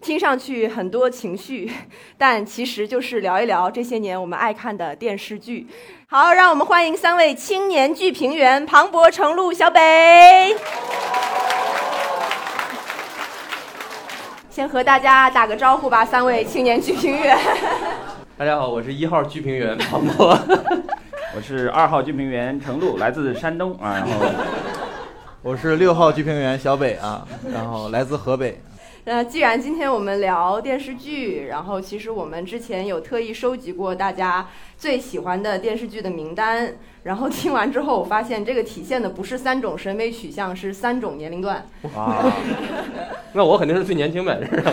听上去很多情绪， 但其实就是聊一聊这些年我们爱看的电视剧。好，让我们欢迎三位青年剧评员：庞博、程璐、小北。先和大家打个招呼吧，三位青年剧评员。大家好，我是一号剧评员庞博。 我是二号剧评员程璐，来自山东啊，然后我是六号剧评员小北啊，然后来自河北。那既然今天我们聊电视剧，然后其实我们之前有特意收集过大家最喜欢的电视剧的名单，然后听完之后，我发现这个体现的不是三种审美取向，是三种年龄段。啊， 那我肯定是最年轻呗，是吧？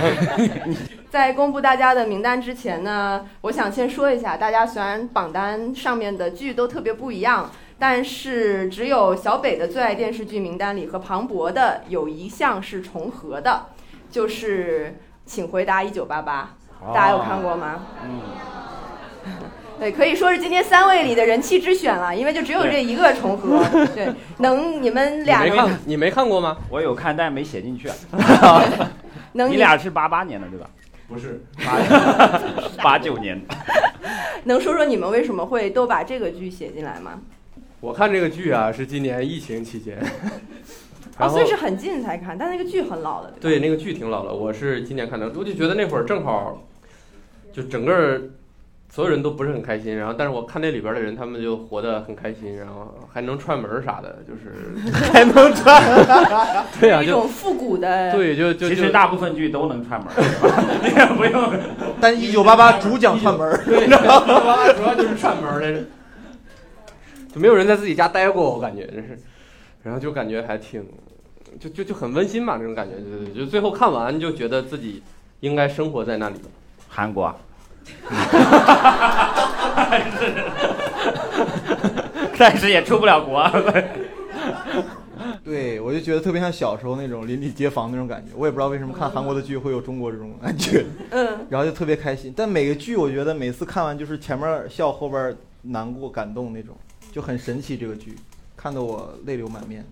在公布大家的名单之前呢，我想先说一下，大家虽然榜单上面的剧都特别不一样，但是只有小北的最爱电视剧名单里和庞博的有一项是重合的，就是《请回答一九八八》，大家有看过吗？嗯，嗯 对，可以说是今天三位里的人气之选了，因为就只有这一个重合。 对，能你们你俩没能看，你没看过吗？我有看，但是没写进去。啊能你俩是八八年的对吧？不是，八九年的，能说说你们为什么会都把这个剧写进来吗？我看这个剧啊，是今年疫情期间，哦，然后所以是很近才看，但那个剧很老了，对那个剧挺老了，我是今年看的，我就觉得那会儿正好，就整个儿所有人都不是很开心，然后但是我看那里边的人，他们就活得很开心，然后还能串门儿啥的，就 是还能串，对吧？啊，一就种复古的。对，就就其实就大部分剧都能串门儿，你也不用。但一九八八主讲串门儿， 对，主要就是串门儿来着，就没有人在自己家待过，我感觉真是，然后就感觉还挺，就就就很温馨吧，那种感觉，对对对，就最后看完就觉得自己应该生活在那里了。韩国啊， 但是也出不了国。啊对我就觉得特别像小时候那种邻里街坊那种感觉。我也不知道为什么看韩国的剧会有中国这种感觉， 嗯，然后就特别开心。但每个剧我觉得每次看完就是前面笑，后边难过、感动那种，就很神奇。这个剧看得我泪流满面，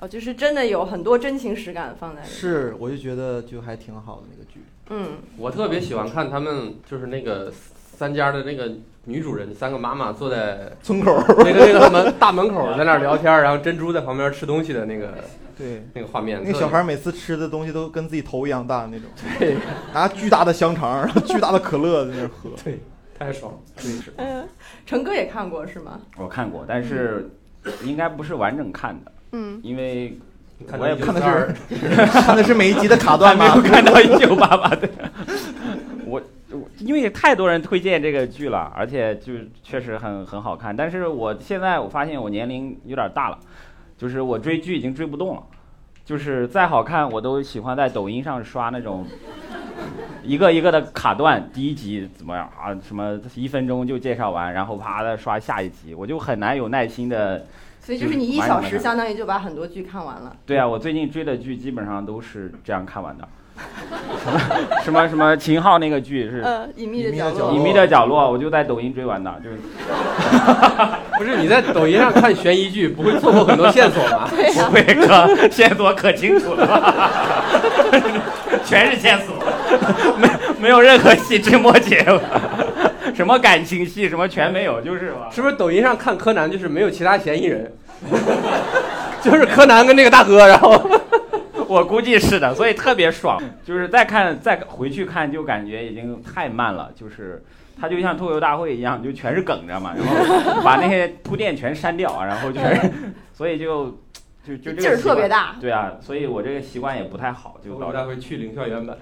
哦，就是真的有很多真情实感放在里面。是我就觉得就还挺好的那个剧。嗯，我特别喜欢看他们就是那个三家的那个女主人，三个妈妈坐 在村口儿，那个那个门大门口在那儿聊天儿，然后珍珠在旁边吃东西的那个 对。那个画面，那个特别小孩每次吃的东西都跟自己头一样大的那种，对拿巨大的香肠，然后巨大的可乐在那儿喝。对太爽了。成哥也看过是吗？ 我看过，但是应该不是完整看的，嗯，因为看我也到看的一九二是看的是每一集的卡段还没有吗？看到一九八八的。 我我因为太多人推荐这个剧了，而且就确实很很好看。但是我现在我发现我年龄有点大了，就是我追剧已经追不动了，就是再好看我都喜欢在抖音上刷那种。一个一个的卡段，第一集怎么样啊？什么一分钟就介绍完，然后啪的刷下一集，我就很难有耐心的所以就是你一小时相当于就把很多剧看完了。对啊，我最近追的剧基本上都是这样看完的。 什么什么秦昊那个剧是《呃，隐秘的隐秘角的角落落隐秘的角落》，我就在抖音追完的，就是不是你在抖音上看悬疑剧，不会错过很多线索吗？不会可线索可清楚了 吧，全是线索，没没有任何细枝末节， 什么感情戏什么全没有，就是吧是不是抖音上看柯南就是没有其他嫌疑人， 就是柯南跟那个大哥，然后 我估计是的，所以特别爽。就是再看再回去看，就感觉已经太慢了，就是。它就像脱口秀大会一样，就全是梗，你知道吗？然后把那些铺垫全删掉，啊然后全是， 所以就就就这个劲儿特别习惯。大。对啊，所以我这个习惯也不太好，就导致回去领校 园版。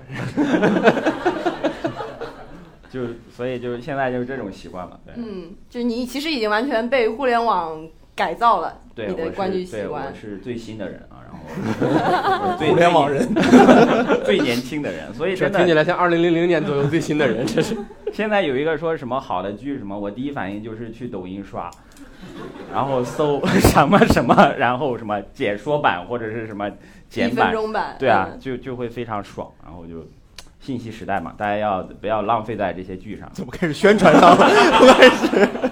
就所以就是现在就是这种习惯了。对，嗯，就你其实已经完全被互联网改造了，对你的我观剧是习对我惯。 是最新的人啊，然后我最互联网人， 最年轻的人，所以这真听起的来像二零零零年左右最新的人， 这是现在有一个说什么好的剧什么，我第一反应就是去抖音刷，然后搜 什么什么，然后什么解说版或者是什么一简分版，钟版，对啊嗯，就就会非常爽，然后就。信息时代嘛，大家要不要浪费在这些剧上？怎么开始宣传上了？ 嗯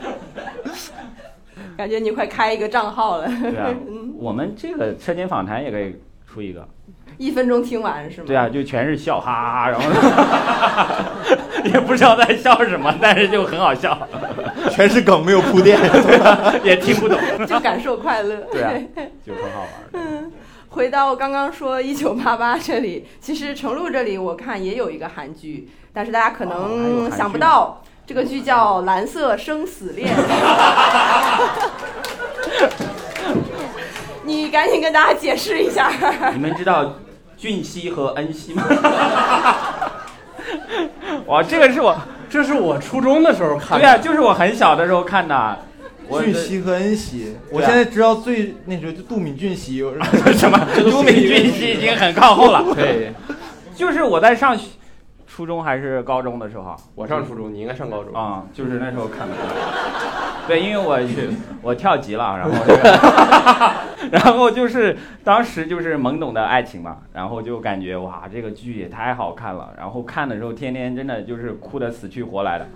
感觉你快开一个账号了，对啊嗯，我们这个车间访谈也可以出一个， 一分钟听完是吗？对啊，就全是笑，哈哈哈，然后 也不知道在笑什么，但是就很好笑，全是梗，没有铺 垫。也听不懂， 就感受快乐。对啊，就很好玩。回到刚刚说一九八八这里，其实程璐这里我看也有一个韩剧，但是大家可哦还有韩能剧想不到，这个剧叫《蓝色生死恋》。 你赶紧跟大家解释一下， 你们知道俊熙和恩熙吗？ 哇， 这个是我，这是我初中的时候看对的，啊，就是我很小的时候看的。我俊熙和恩熙，我对啊现在知道最那时候就杜敏俊熙， 我 什 么？都敏俊熙已经很靠后了。对，就是我在上学初中还是高中的时候我上初中，你应该上高中。啊、就是那时候看的。 对，因为我 我跳级了，然后、这 个然后就是当时就是懵懂的爱情嘛，然后就感觉哇，这个剧也太好看了，然后看的时候天天真的就是哭得死去活来的，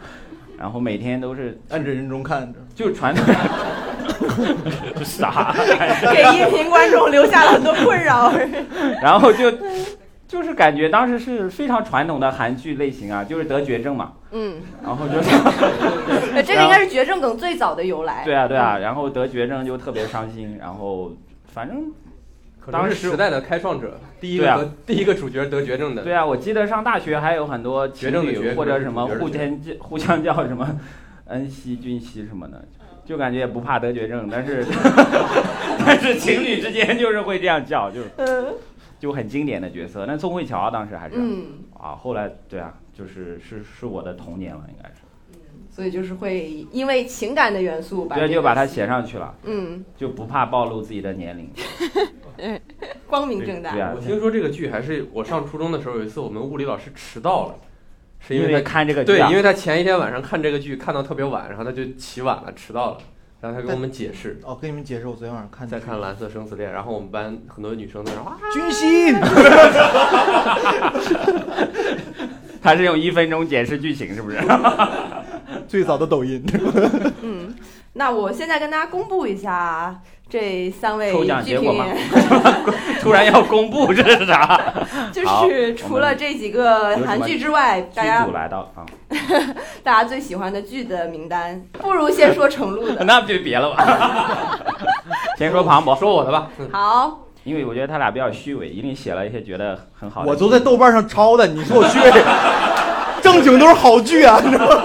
然后每天都是按着人中看着。就传统 啥，给音频观众留下了很多困扰。然后就就是感觉当时是非常传统的韩剧类型啊，就是得绝症嘛，嗯，呃然后就是。这个应该是绝症梗最早的由来。对啊，对啊，然后得绝症就特别伤心，然后反正可能是时代的开创者，第一个对啊得第一个主角得绝症的，对啊，我记得上大学还有很多情绝症的绝侣或者什么互相叫互相叫什么恩熙、君熙什么的，就感觉也不怕得绝症，但是 但是情侣之间就是会这样叫，就嗯就很经典的角色。那宋慧乔当时还是、嗯。啊，后来对啊，就是是是我的童年了，应该是所以就是会因为情感的元素把对啊，这就个把它写上去了，嗯就不怕暴露自己的年龄。光明对正大。对啊我，听说这个剧还是我上初中的时候，有一次我们物理老师迟到了，是因为他看这个剧 对啊，因为他前一天晚上看这个剧看到特别晚，然后他就起晚了，迟到了，然后他给我们解释，哦，跟你们解释，我昨天晚上看在看《蓝色生死恋》，然后我们班很多女生在那儿啊，军熙，他是用一分钟解释剧情，是不是？ 最早的抖音，嗯，那我现在跟大家公布一下啊这三位抽奖剧结果评吗演员，突然要公布这是啥？ 就好是除了这几个韩剧之外，剧大家组来到啊，大家最喜欢的剧的名单，不如先说程璐 的。那就别了吧。 先说庞博，说我的吧，嗯好，因为我觉得他俩比较虚伪，一定写了一些觉得很好的。我都在豆瓣上抄的，你说我虚伪？正经都是好剧啊，你知道吗？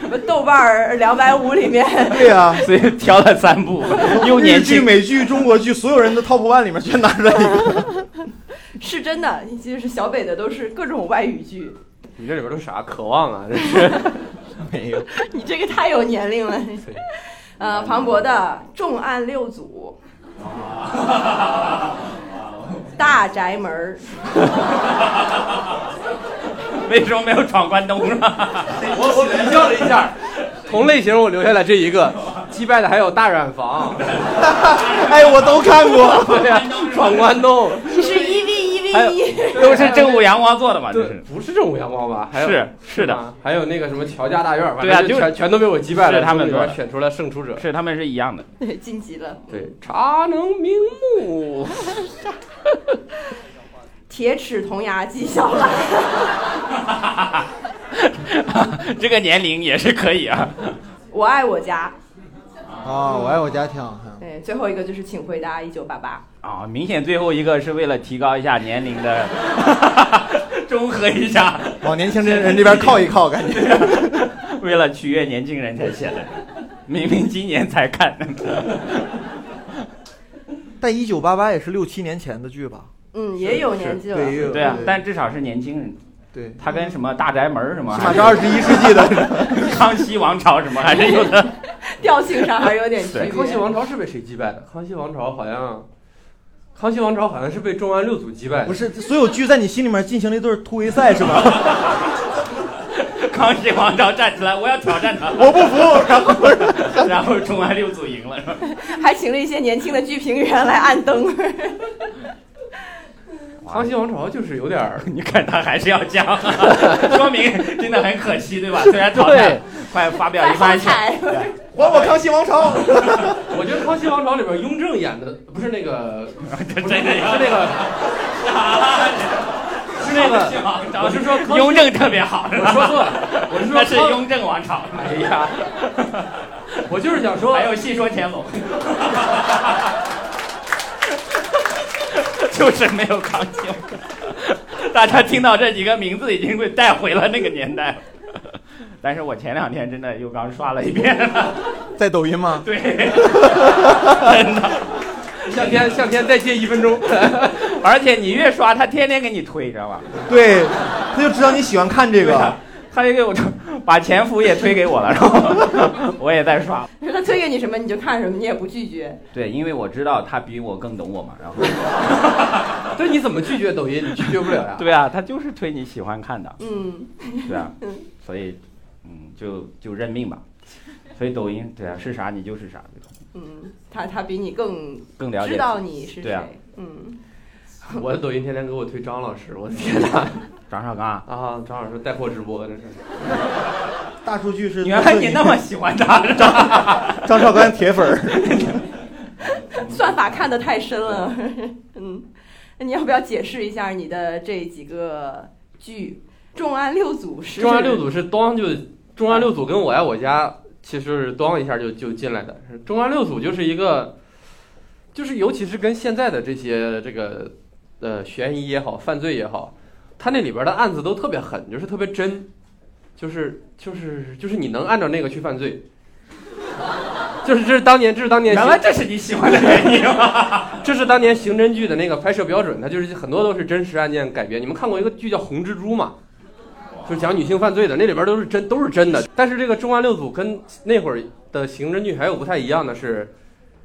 什么豆瓣儿两百五里面，对啊呀、 所以挑了三部， 又日年剧、轻。美剧、中国剧，所有人的 top one 里面全拿出来一个。是真的，就是小北的都是各种外语剧，你这里边都啥？渴望啊，这是没有，你这个太有年龄了。对呃，庞博的《重案六 组》，大宅门儿，为什么没有闯关东呢？ 我我比较了一下，同类型我留下来这一个，击败的还有大染坊，哎，我都看过。对呀、闯关东，你是一 v 一 v 一，都是正午阳光做的嘛，就对是，。不是正午阳光吧？还有是是的吗还有那个什么乔家大院儿，反对啊正就就是全全都被我击败了，是他们从里做的边选出了胜出者。是他们是一样的， 对， 晋级了。对，茶能明目，铁齿铜牙纪晓岚， 这个年龄也是可以啊。我爱我家。啊，我爱我家挺好看。对，最后一个就是请回答一九八八。啊，明显最后一个是为了提高一下年龄的， 中和一下，往年轻人人这边靠一靠，感觉。 为了取悦年轻人才写的，明明今年才看。但一九八八也是六七年前的剧吧？嗯，也有年纪了。对对啊，但至少是年轻人，对，他跟什么大宅门儿什么，起码还是是二十一世纪的。康熙王朝什么，还是有的。调性上还是有点区对哎别。康熙王朝是被谁击败的？康熙王朝好像，康熙王朝好像是被重案六组击败的 不，是所有剧在你心里面进行了一对突围赛是吧？康熙王朝站起来，我要挑战他，我不服，然后然后 重案六组赢了，是吧？ 还请了一些年轻的剧评员来按灯。康熙王朝就是有点儿你看他还是要讲， 说明真的很可惜，对吧？虽然淘汰对，快发表一番意见。惨， 还我康熙王朝！ 我觉得《康熙王朝》里边雍正演的不是那 个，不是 真的呀是那个， 是那 个。我是说康熙雍正特别好，我说错了，我是说那是康雍正王朝。哎呀，我就是想说，还有戏说乾隆， 就是没有康熙王朝。大家听到这几个名字已经被带回了那个年代。但是我前两天真的又刚刷了 一遍， 在抖音吗？对，真的。向天向天再借一分钟。 而且你越刷，他天天给你推，知道吧？对，啊他就知道你喜欢看这个对吧。？他就给我把潜伏也推给我了，然 后我也在刷。他推给你什么你就看什么，你也不拒绝。对，因为我知道他比我更懂我嘛，然后对，你怎么拒绝抖音？你拒绝不了呀。 对啊，他就是推你喜欢看的，嗯， 对啊，所以嗯，就就认命吧。所以抖音对啊，是啥你就是啥，对吧嗯，他他比你更更了知解。道你是对谁。啊嗯，我的抖音天天给我推张老师，我的天哪！张绍刚啊，啊，张老师带货直播，这是。大数据是原来你那么喜欢他， 是吧？ 张绍刚铁粉儿， 算法看得太深了。 嗯，那你要不要解释一下你的这几个剧？重案六组是中央六组是咣就中央六组跟我爱我家其实是咣一下就就进来的。中央六组就是一个，就是尤其是跟现在的这些这个呃悬疑也好，犯罪也好，它那里边的案子都特别狠，就是特别真，就是就是就是你能按照那个去犯罪。 就是这是当年这是当年原来这是你喜欢的原因吗？这是当年刑侦剧的那个拍摄标准，它就是很多都是真实案件改编。你们看过一个剧叫《红蜘蛛》吗？就是讲女性犯罪的，那里边都是真，都是真的。但是这个《重案六组》跟那会儿的刑侦剧还有不太一样的是，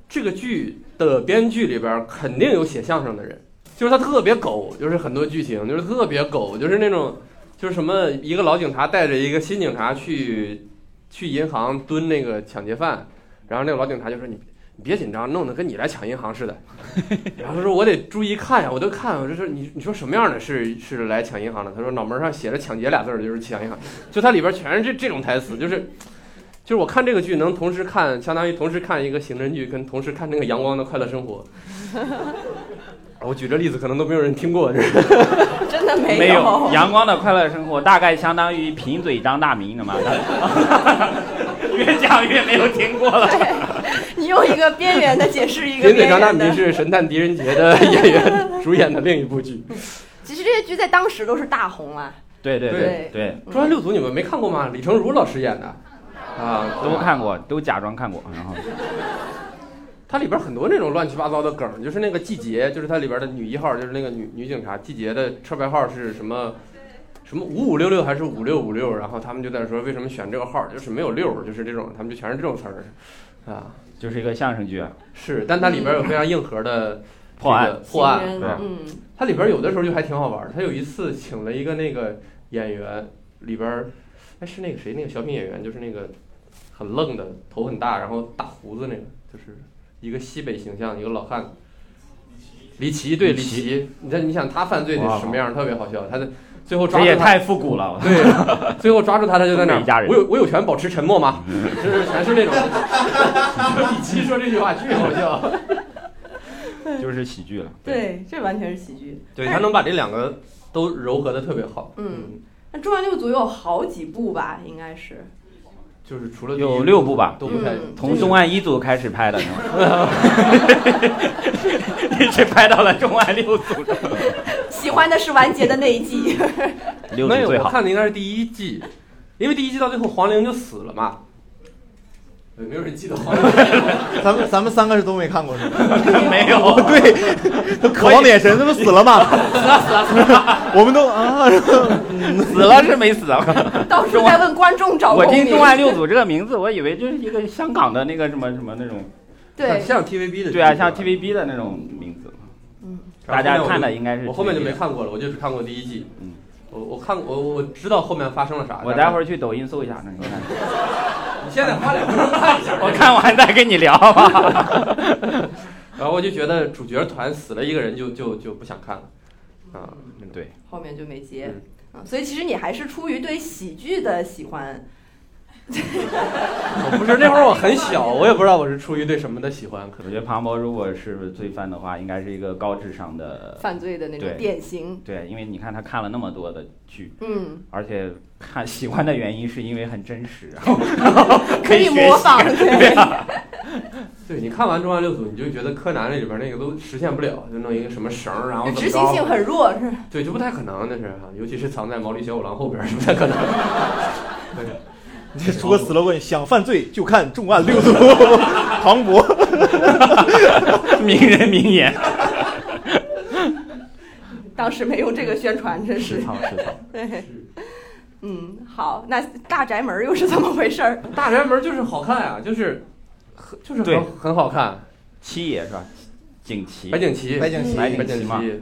这个剧的编剧里边肯定有写相声的人，就是他特别狗，就是很多剧情就是特别狗，就是那种就是什么一个老警察带着一个新警察去去银行蹲那个抢劫犯，然后那个老警察就说你你别紧张，弄得跟你来抢银行似的。然后他说我得注意看呀，我都看，我就说你你说什么样的是是来抢银行的？他说脑门上写着“抢劫”俩字儿，就是抢银行，就它里边全是这这种台词，就是就是我看这个剧能同时看，相当于同时看一个刑侦剧，跟同时看那个《阳光的快乐 生活》。我举这例子可能都没有人听过，就是真的没没《 阳光的快乐生活》，大概相当于贫嘴张大民，你知道吗？他 越讲越没有听过了。你用一个边缘的解释一个贫嘴边张大缘民的。是《神探狄仁杰》 的演员主演的另一部剧。其实这些剧在当时都是大红啊。 对对对对， 《重案六组》你们没看过吗？李成儒老师演的，啊，都看过，都假装看过，然后它里边很多那种乱七八糟的梗儿，就是那个季节，就是它里边的女一号，就是那个女女警察，季节的车牌号是什么？什么五五六六还是五六五六？然后他们就在说为什么选这个号，就是没有六儿，就是这种，他们就全是这种词儿，啊，就是一个相声剧，啊 是，但它里边有非常硬核的破这个案破案，新人对嗯，它里边有的时候就还挺好玩儿。它有一次请了一个那个演员，里边儿哎是那个谁那个小品演员，就是那个很愣的，头很大，然后大胡子那个，就是一个西北形象，一个老汉。李琦对李李琦琦，你看你想他犯罪得哇什么样儿，特别好笑。他的最后抓这住也他，太复古了。对，最后抓住他，他就在那东北一家儿，人我有我有权保持沉默吗？ 就是全是那种， 就李琦说这句话巨好笑。 就是喜剧了。，对，这完全是喜剧。对他能把这两个都糅合的特别好。嗯，那《重案六组》有好几部吧，应该是。就是除了第一有六部吧都不太嗯从重案一组开始拍 的，是吗？一直拍到了重案六组，喜欢的是完结的那一 季。六没组有，最我好。看的应该是第一季，因为第一季到最后黄龄就死了嘛。对，没有人记得 黄龄。咱们咱们三个是都没看过是吧？ 没有，哦 对，都渴望的眼神，那不死了吗？死了死了死了！ 我们都啊，嗯 死了是 没死啊。到处在问观众找我共听鸣。重案六组这个名字，我以为就是一个香港的那个什么什么那种，对，啊像 TVB 的。对啊，像 TVB 的那种名字。嗯，然大后家后面我看的应该是我后面就这没个看过了，我就只看过第一季。嗯，我我看我我知道后面发生了啥。我待会儿去抖音搜一下，那你看，。儿你现在花两分钟看一下我看完再跟你聊吧。 然后我就觉得主角团死了一个人就就就不想看了，啊，对，后面就没接嗯。嗯，所以其实你还是出于对喜剧的喜欢， 我不是那会儿我很小，我也不知道我是出于对什么的喜欢，可我能觉得庞博如果是罪犯的话，应该是一个高智商的。犯罪的那种对典型。对，因为你看他看了那么多的剧，嗯，而且看喜欢的原因是因为很真实，然后 可以以学习模仿，对，对你看完《重案六组》，你就觉得柯南那里边那个都实现不了，就弄一个什么绳儿，然后就怎执么行性着，很弱，是吧对，就不太可能，那是啊，尤其是藏在毛利小五郎后边儿是不太可能。 对， 你这说个 slogan，想犯罪就看重案六组， 庞博。名人名言。当时没用这个宣传，真是实。操实操，对，嗯，好，那大宅门又是怎么回事儿？大宅门就是好看啊，就是很就是对很很好看，七爷是吧？景琦白，景琦，白景琦白白景琦嘛琦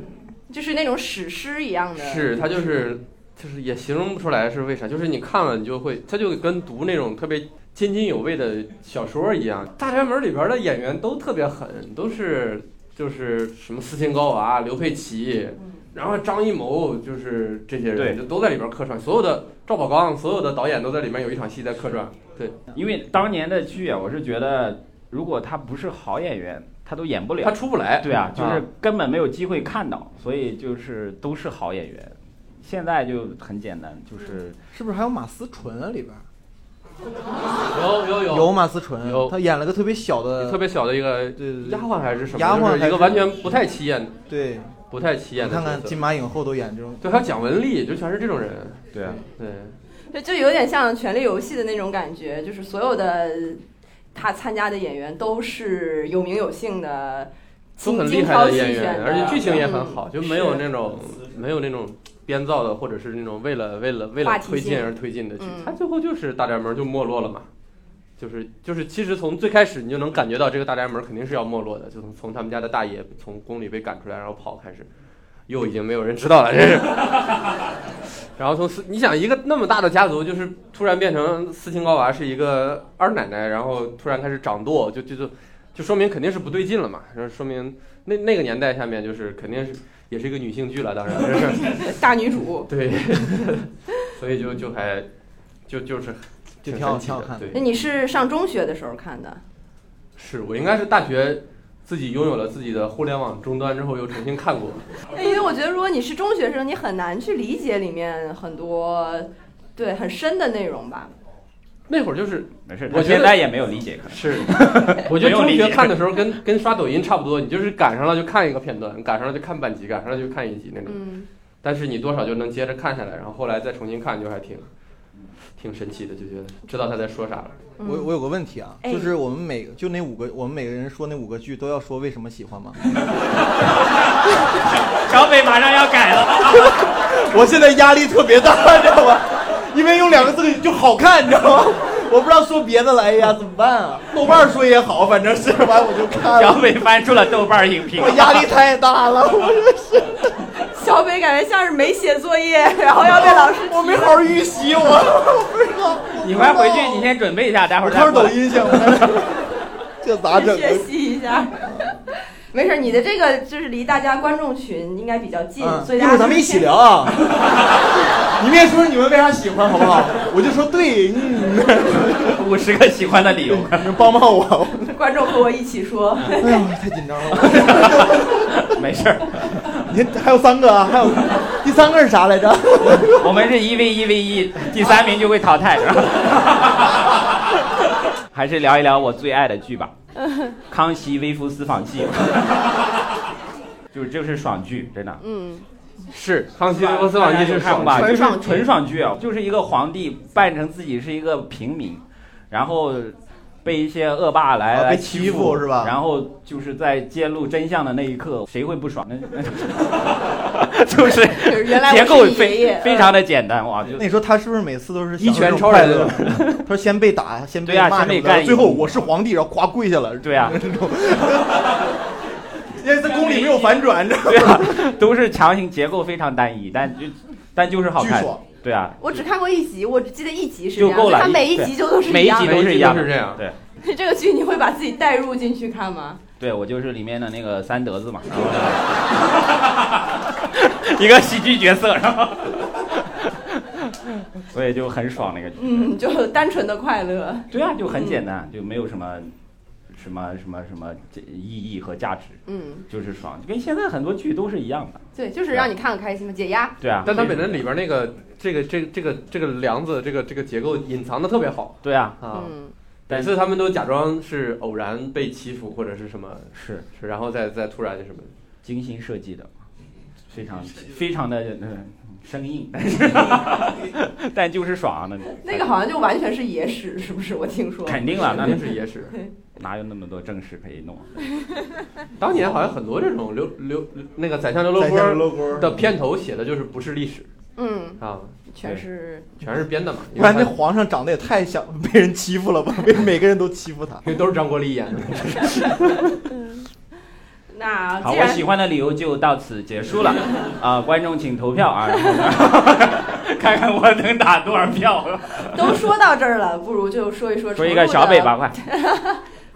就是那种史诗一样的，是他就是就是也形容不出来是为啥，就是你看了你就会，他就跟读那种特别津津有味的小说一样。大宅门里边的演员都特别狠，都是就是什么斯琴高娃、刘佩琦，然后张艺谋，就是这些人对就都在里边客串，所有的赵宝刚，所有的导演都在里面有一场戏在客串。对因为当年的剧啊，我是觉得如果他不是好演员，他都演不了他。出不来，对啊，就啊是根本没有机会看到，所以就是都是好演员。现在就很简单，就是是不是还有马思纯啊？里边有有有有马思纯有，他演了个特别小的，呃特别小的一个对对对丫鬟还是什么，丫鬟就是还一个是完全不太起眼、对。不太起眼你的角看色。看金马影后都演这种，对，还有蒋雯丽，就全是这种人。对啊，对，就就有点像《权力游戏》的那种感觉，就是所有的他参加的演员都是有名有姓的，都精很精厉害挑的细演选员，的而且剧情也很嗯好，就没有是那种没有那种编造的，或者是那种为了为了为话了题推进性而推进的剧嗯，它最后就是大宅门就没落了嘛。就是就是，其实从最开始你就能感觉到这个大宅门肯定是要没落的，就从从他们家的大爷从宫里被赶出来，然后跑开始，又已经没有人知道了，真是。 然后从斯，你想一个那么大的家族，就是突然变成斯琴高娃是一个二奶奶，然后突然开始掌舵，就就就就说明肯定是不对劲了嘛，就是说明那那个年代下面就是肯定是也是一个女性剧了，当然这是大女主。对， 所以就就还就就是就挺挺好神奇挺好的看的。那对，你是上中学的时候看的？是我应该是大学自己拥有了自己的互联网终端之后，又重新看过，哎因为我觉得如果你是中学生，你很难去理解里面很多对很深的内容吧。那会儿就是没事。我他觉得现在也没有理解，可能是， 我觉得中学看的时候跟跟刷抖音差不多，你就是赶上了就看一个片段，赶上了就看半集，赶上了就看一集那种。嗯，但是你多少就能接着看下来，然后后来再重新看，就还挺挺神奇的，就觉得知道他在说啥了。嗯我我有个问题啊，哎就是我们每个就那五个，我们每个人说那五个剧都要说为什么喜 欢吗？小北马上要 改了，我现在压力特别大，你知道吗？因为用两个字就好看，你知道吗？我不知道说别的了，哎呀，怎么办啊？豆瓣说也好，反正是完我就看小了，北翻出了豆瓣影评我，压力太大了，我这 是小北感觉像是没写作 业，然后要被老师我没好好预习，我我不知道。我你不知快道回去，你先准备一下，待会我儿看再会儿过抖来。音去，我 这咋整啊？学习一下。 没事儿，你的这个就是离大家观众群应该比较近，嗯所以一大家会儿咱们一起聊。 啊。你们也说说你们为啥喜欢好不好？我就说对，嗯，五十个喜欢的理由， 你们帮帮我。观众和我一起说，嗯哎呀，太紧张了。没事儿， 你还有三个啊，还有第三个是啥来着？ 我们是一 v 一 v 一，第三名就会淘汰，是 吧？还是聊一聊我最爱的 剧吧，《康熙微服私访记》，就是就是爽剧，真的。嗯，是《康熙微服私访记》是看爽过吧？剧，就是纯爽剧纯爽剧啊，就是一个皇帝扮成自己是一个平民，然后被一些恶霸来啊来被欺负是吧然后就是在揭露真相的那一刻，谁会不爽？那那 就是就是原来我结构是你爷非爷，嗯非常的简单哇，就那你说他是不是每次都是 一拳享受超人这种快乐？ 他说先被打，先被对啊骂先被什么干的，一啊最后我是皇帝，然后夸跪下了。对啊这种。因为它公理没有反转，你 知道吗？对啊，都是强行结构非常单一，但就但就是好巨看，爽，对啊， 我只看过一集，我只记得一集是就这样够的，了它每一集就都是每一一样集的。都是一样每一集都是的，这样对， 这个剧你会把自己带入进去看吗？对我就是里面的那个三德子嘛， 然后一个喜剧角色，然后， 所以就很爽那个剧。嗯，就单纯的快乐。对啊，就很简单，就没有什么什么什么什么意义和价值，嗯，就是爽，跟现在很多剧都是一样的。对，就是让你看个开心嘛，解压。对啊，但它所以本身里边那个这个这个这个这个梁子这个这个结构隐藏的特别好对啊啊，嗯，每次他们都假装是偶然被欺负或者是什么，是是然后再再突然什么，精心设计的，非常非常的嗯生硬， 但是但就是爽的。那个好像就完全是野史，是不是？我听说。肯定了，肯那定是野史。哪有那么多正事可以弄啊？当年好像很多这种刘刘那个宰相刘罗宰相刘锅罗锅的片头写的就是不是历史嗯，啊，全是全是编的嘛，不然那皇上长得也太像被人欺负了吧？被每个人都欺负他。因为都是张国立演的。那啊好，既我然喜欢的理由就到此结 束了，啊、观众请投票啊，然后呢 看看我能打多少票。都说到这儿了，不如就说一说说重一录个的小北吧，。快，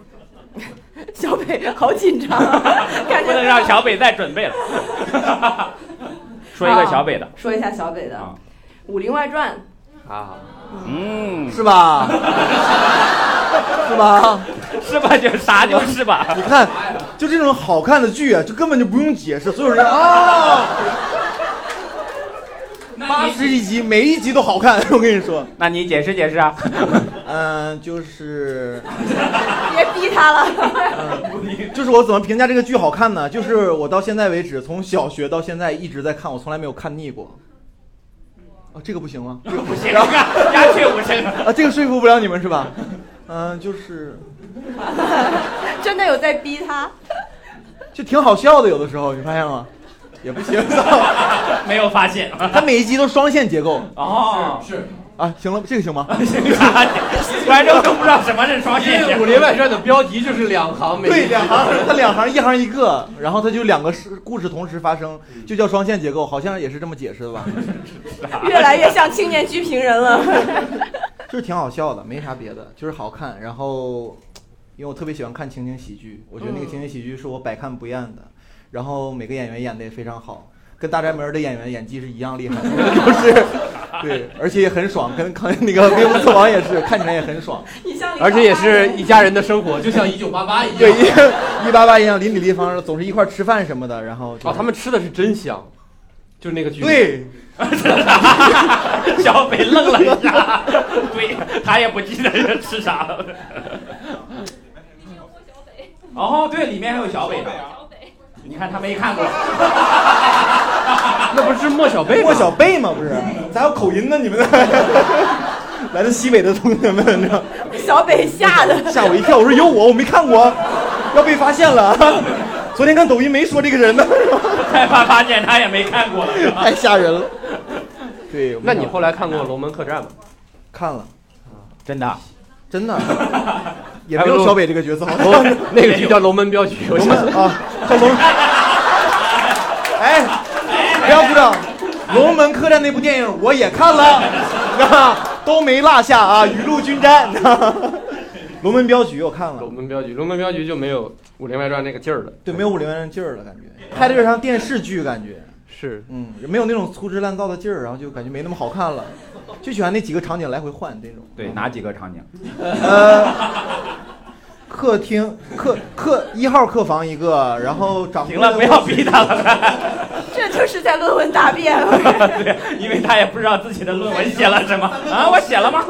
小北好紧张 啊，感觉不能让小北再准 备了。说一个小北的啊说一下小北的《啊，武林外传啊，嗯，是吧？ 是吧？是吧？就啥就是吧。你看，就这种好看的剧啊，就根本就不用解释，所有人啊，八十一集，每一集都好看。 我跟你说，那你解释解 释啊。 嗯、就是，》，别逼他嗯了。就是我怎么评价这个剧好看呢？就是我到现在为止，从小学到现在一直在看，我从来没有看腻过。啊，这个不行吗？这个不行啊！鸦雀无声。啊，这个说服不了你们是吧？嗯、就是， 真的有在逼他，就挺好笑的，有的时候你发现吗？也不行，没有发现。它每一集都双线结构哦，是啊。行了，这个行吗？ 观众都不知道什么是双线《性武。林外传》的标题就是两行，每一对，句两行，它两行一行一个，然后它就两个事故事同时发生，就叫双线结构，好像也是这么解释的吧？ 嗯越来越像青年剧评人了。就是挺好笑的，没啥别的，就是好看。然后，因为我特别喜欢看情景喜剧，我觉得那个情景喜剧是我百看不厌的。然后每个演员演的也非常好，跟《大宅门》的演员演技是一样厉害的， 就是对，而且也很爽，跟康 那个《威武四王》也是看起来也很爽。你像而且也是一家人的生活，就像一九八八一 对，样。一一八八一样，邻里立方总是一块儿吃饭什么的，然后就哦，他们吃的是真香，就是那个剧。，对。小北愣了一下，对他也不记得是吃啥了。哦，对，里面还有小北呢。你看他没看过， 那不是莫小贝吗？莫小贝吗？ 不是，咋有口音呢？你们 来自西北的同学们，你知道小北吓的，吓我一跳！我说有我，我没看过，要被发现了。 昨天看抖音没说这个人呢，才发发现他也没看过了。是吧太吓人了。对，那你后来来看过《龙门客栈》吗？看了，真的，啊真的也没有小北这个角色好看。龙 那个剧叫《龙门镖局》，我龙想门啊，叫龙。哎，不要鼓掌！《龙门客栈》那部电影我也看了，啊，都没落下啊，雨露均沾。 龙门镖局我看了龙，门镖局》，《龙门镖局》就没有《武林外传》那个劲儿了。对，没有《武林外传》劲儿了，感觉拍的有点像电视剧感觉，是，嗯，没有那种粗制滥造的劲儿，然后就感觉没那么好看了，就喜欢那几个场景来回换这种。对哪几个场景？呃，客厅客客一号客房一个，然后掌柜行了，的不要逼他了。这就是在论文答辩。 对，因为他也不知道自己的论文写了 什么啊，我写了吗？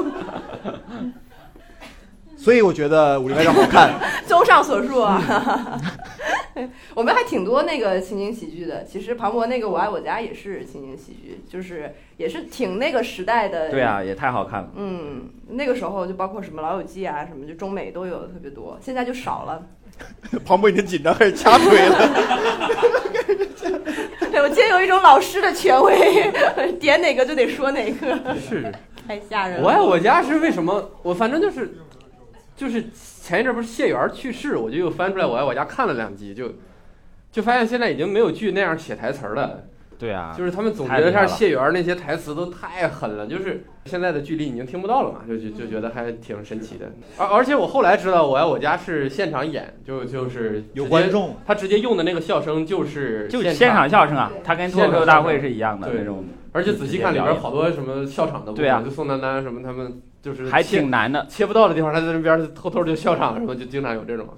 所以我觉得《武林外传》好看。综上所述啊， 我们还挺多那个情景喜剧的。其实庞博那个《我爱我家》也是情景喜剧，就是也是挺那个时代的。对，啊，也太好看了。嗯，那个时候就包括什么《老友记》啊，什么就中美都有的特别多，现在就少了。 庞博已经紧张开始掐腿了。对我今天有一种老师的权威， 点哪个就得说哪个， 是。太吓人了。 我爱我家是为什么？我反正就是，就是前一阵不是谢元去世，我就又翻出来我爱我家看了两集，就就发现现在已经没有剧那样写台词儿了，对啊，就是他们总太觉得厉害像了谢元那些台词都太狠了，就是嗯现在的距离已经听不到了嘛，就就就觉得还挺神奇的。而而且我后来知道，我爱我家是现场演，就就是直有接观，众，他直接用的那个笑声就是就现现场笑声啊，他跟脱口秀大会是一样的对那种，而且仔细看里边好多什么笑场的部分，对啊就宋丹丹什么他们就是还切挺难的。切不到的地方，他在那边偷偷就笑场什么，就经常有这种，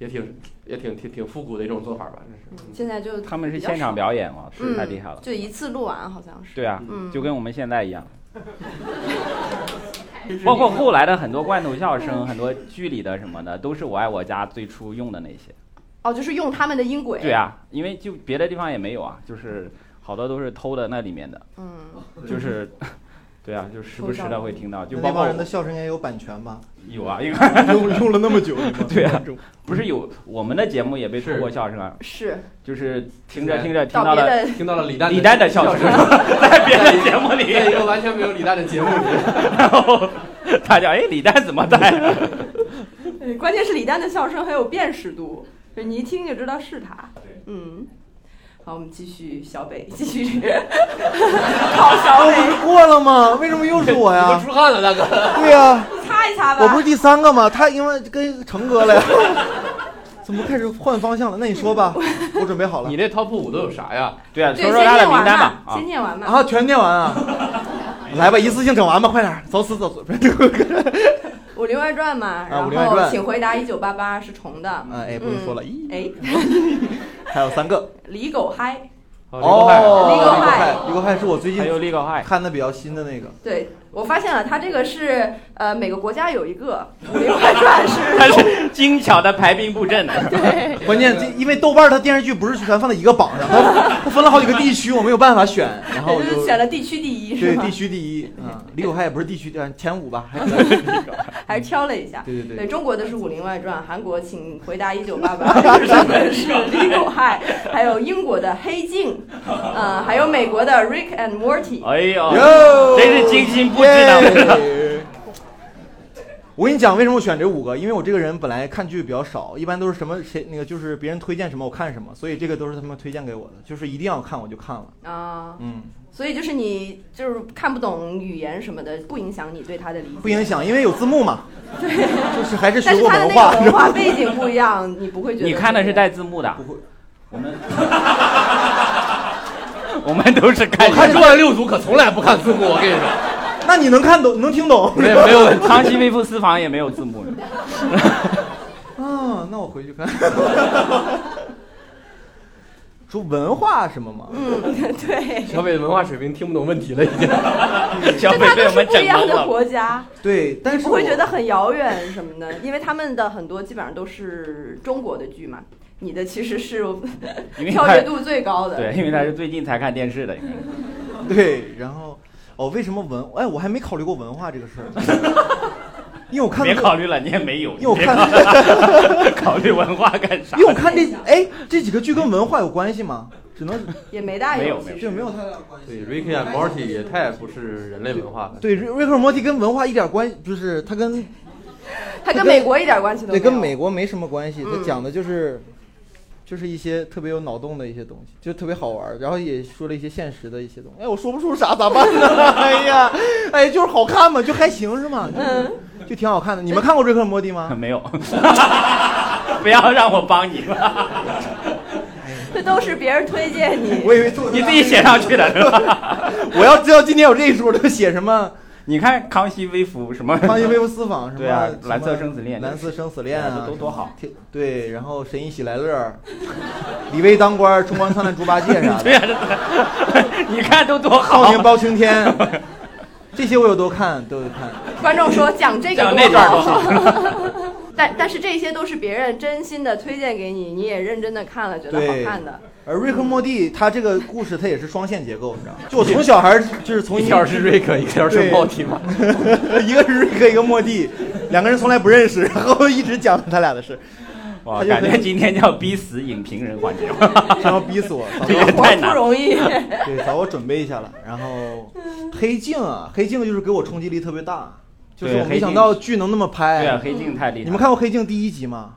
也挺也挺挺挺复古的一种做法吧，这是。嗯现在就他们是现场表演嘛，嗯太厉害了。就一次录完好像是。对啊，嗯，就跟我们现在一样，包括后来的很多罐头笑声，很多剧里的什么的，都是我爱我家最初用的那些。哦，就是用他们的音轨。对，啊，因为就别的地方也没有啊，就是好多都是偷的那里面的，嗯，就是， 对啊，就时不时的会听到，就那包那括帮人的笑声也有版权吧？有啊，因为 用用了那么久， 对啊，不是有我们的节目也被通过笑声啊，是就是听着对听着听到到别了的听到了李诞李诞的笑声， 在别的节目在一里，个完全没有李诞的节目 里，然后大家哎李诞怎么在？对，关键是李诞的笑声很有辨识度，就你一听就知道是他。嗯，好，我们继续小北，继续考小北，过了 吗？为什么又是我我呀？出汗了，大哥。对呀，擦一擦吧。我不是第三 个吗？他因为跟成哥了呀，怎么开始换方向了？那你说 吧，我准备好了你。这 top 五都有啥呀？对啊，对，说先说他的念名完单嘛吧，啊先，念完嘛。啊，全念完啊！ 来吧，一次性整完吧，快点儿，走死走死！ 《武林外传》嘛，然武啊林外后传请回答一九八八是重的。啊，哎，不用说了，咦，哎，还有三个李狗嗨，哦李国哦海李李国国亥亥，李国亥是我最还有近 Legal High，看的比较新的那个，对我发现了，他这个是呃每个国家有一个《武林外传》他是。是精巧的排兵布阵，关键这因为豆瓣儿它电视剧不是全放在一个榜上，它它分了好几个地区，我没有办法选，然后也我就是就选了地区第一，是对吗地？区第一，嗯，李国亥也不是地区第二前五吧， 还是还是挑了一下。对对对对，中国的是《武林外传》，韩国请回 答一九八八，日本是《 李狗嗨》，还有英国的《黑镜》， 呃，还有美国的《Rick and Morty》。哎呦，哟真是精心布置的。耶我跟你讲，为什么我选这五个？因为我这个人本来看剧比较少，一般都是什么谁那个就是别人推荐什么我看什么，所以这个都是他们推荐给我的，就是一定要看我就看了。啊、嗯，所以就是你就是看不懂语言什么的，不影响你对他的理解。不影响，因为有字幕嘛。对， 就是还是学但是过他的文那化个。是文吧化背景不一样，你不会觉得。你看的是带字幕的，不会，我们 我们都是看我看《重案六组》可从来不看字幕，我跟你说， 那你能看懂，能听懂？没有没有问题。康熙微服私访也没有字 幕， 啊，那我回去看。 说文化什么嘛？ 嗯，对，小北的文化水平听不懂问题了，已经。小就北他被都我是们不整一样懵的了。国家，对，但是不会我觉得很遥远什么的，因为他们的很多基本上都是中国的剧嘛。你的其实是因为跳他跃度最高的，对，因为他是最近才看电视的，应该是 对，然后哦，为什么文？哎，我还没考虑过文化这个事儿，因为我看别那个考虑了，你也没有，因为我你别看考考虑 文化干啥因？为我看这哎这几个剧跟文化有关系吗？只能也没大没有其没有实就没有太大关对系。，Ricky and Morty 也太不是人类文化了。对，瑞瑞克和莫蒂跟文化一点关系，就是它跟它跟美国一点关系都没对有。跟美国没什么关系，嗯它讲的就是就是一些特别有脑洞的一些东西，就特别好玩儿，然后也说了一些现实的一些东西。哎，我说不出啥咋办呢？ 哎呀，哎，就是好看嘛，就还行是吗？嗯，就挺好看的。你们看过瑞克和莫蒂吗？没有， 不要让我帮你了，这都是别人推荐你。我以为做你自己写上去的是吧？ 我要知道今天有这一出，就写什么你看《康熙微服》什么？ 《康熙微服私访》什么对啊什么蓝色生死恋蓝色生死恋对啊啊，都多好什么。对，然后神医喜来乐， 李威当官，春光灿烂猪八戒啥 对的，呀、这 你看都多好。啊少年包青天，这些我有都看，都有看。观众说讲这个讲那段儿多好， 但但是这些都是别人真心的推荐给你，你也认真的看了，觉得好对看的。而瑞克和莫蒂他这个故事，他也是双线结构，你知 道吗？就我从小还是就是从一条是 Rick，一条是 Morty 嘛。 一个是瑞克，一个莫蒂，两个人从来不认识，然后一直讲他俩的事，哇，他就感觉跟今天叫逼死影评人环节，想要逼死我。早 这知也道太不难了。容易，对，早我准备一下了。然后黑镜啊，黑镜就是给我冲击力特别大，就是对我黑没镜想到剧能那么拍。对啊，黑镜太厉害了。你们看过黑镜第一集吗？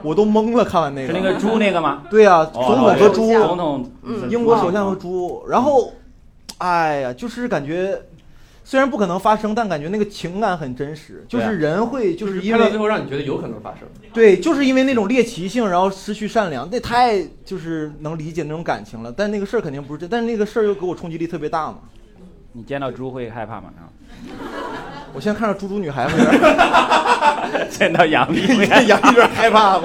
我都懵了。看完那是个，那个猪那个吗？对呀、哦总统和猪，总统，嗯英国首相和猪，然后，哎呀，就是感觉。虽然不可能发生，但感觉那个情感很真实，就对啊是人会，就是因看到最为后让你觉得有可能发生。对，就是因为那种猎奇性，然后失去善良，那太就是能理解那种感情了。但那个事儿肯定不是真，但是那个事儿又给我冲击力特别大嘛。你见到猪会害怕吗？啊我现在看着猪猪女孩有点 见到杨丽会 害儿，怕有点害怕，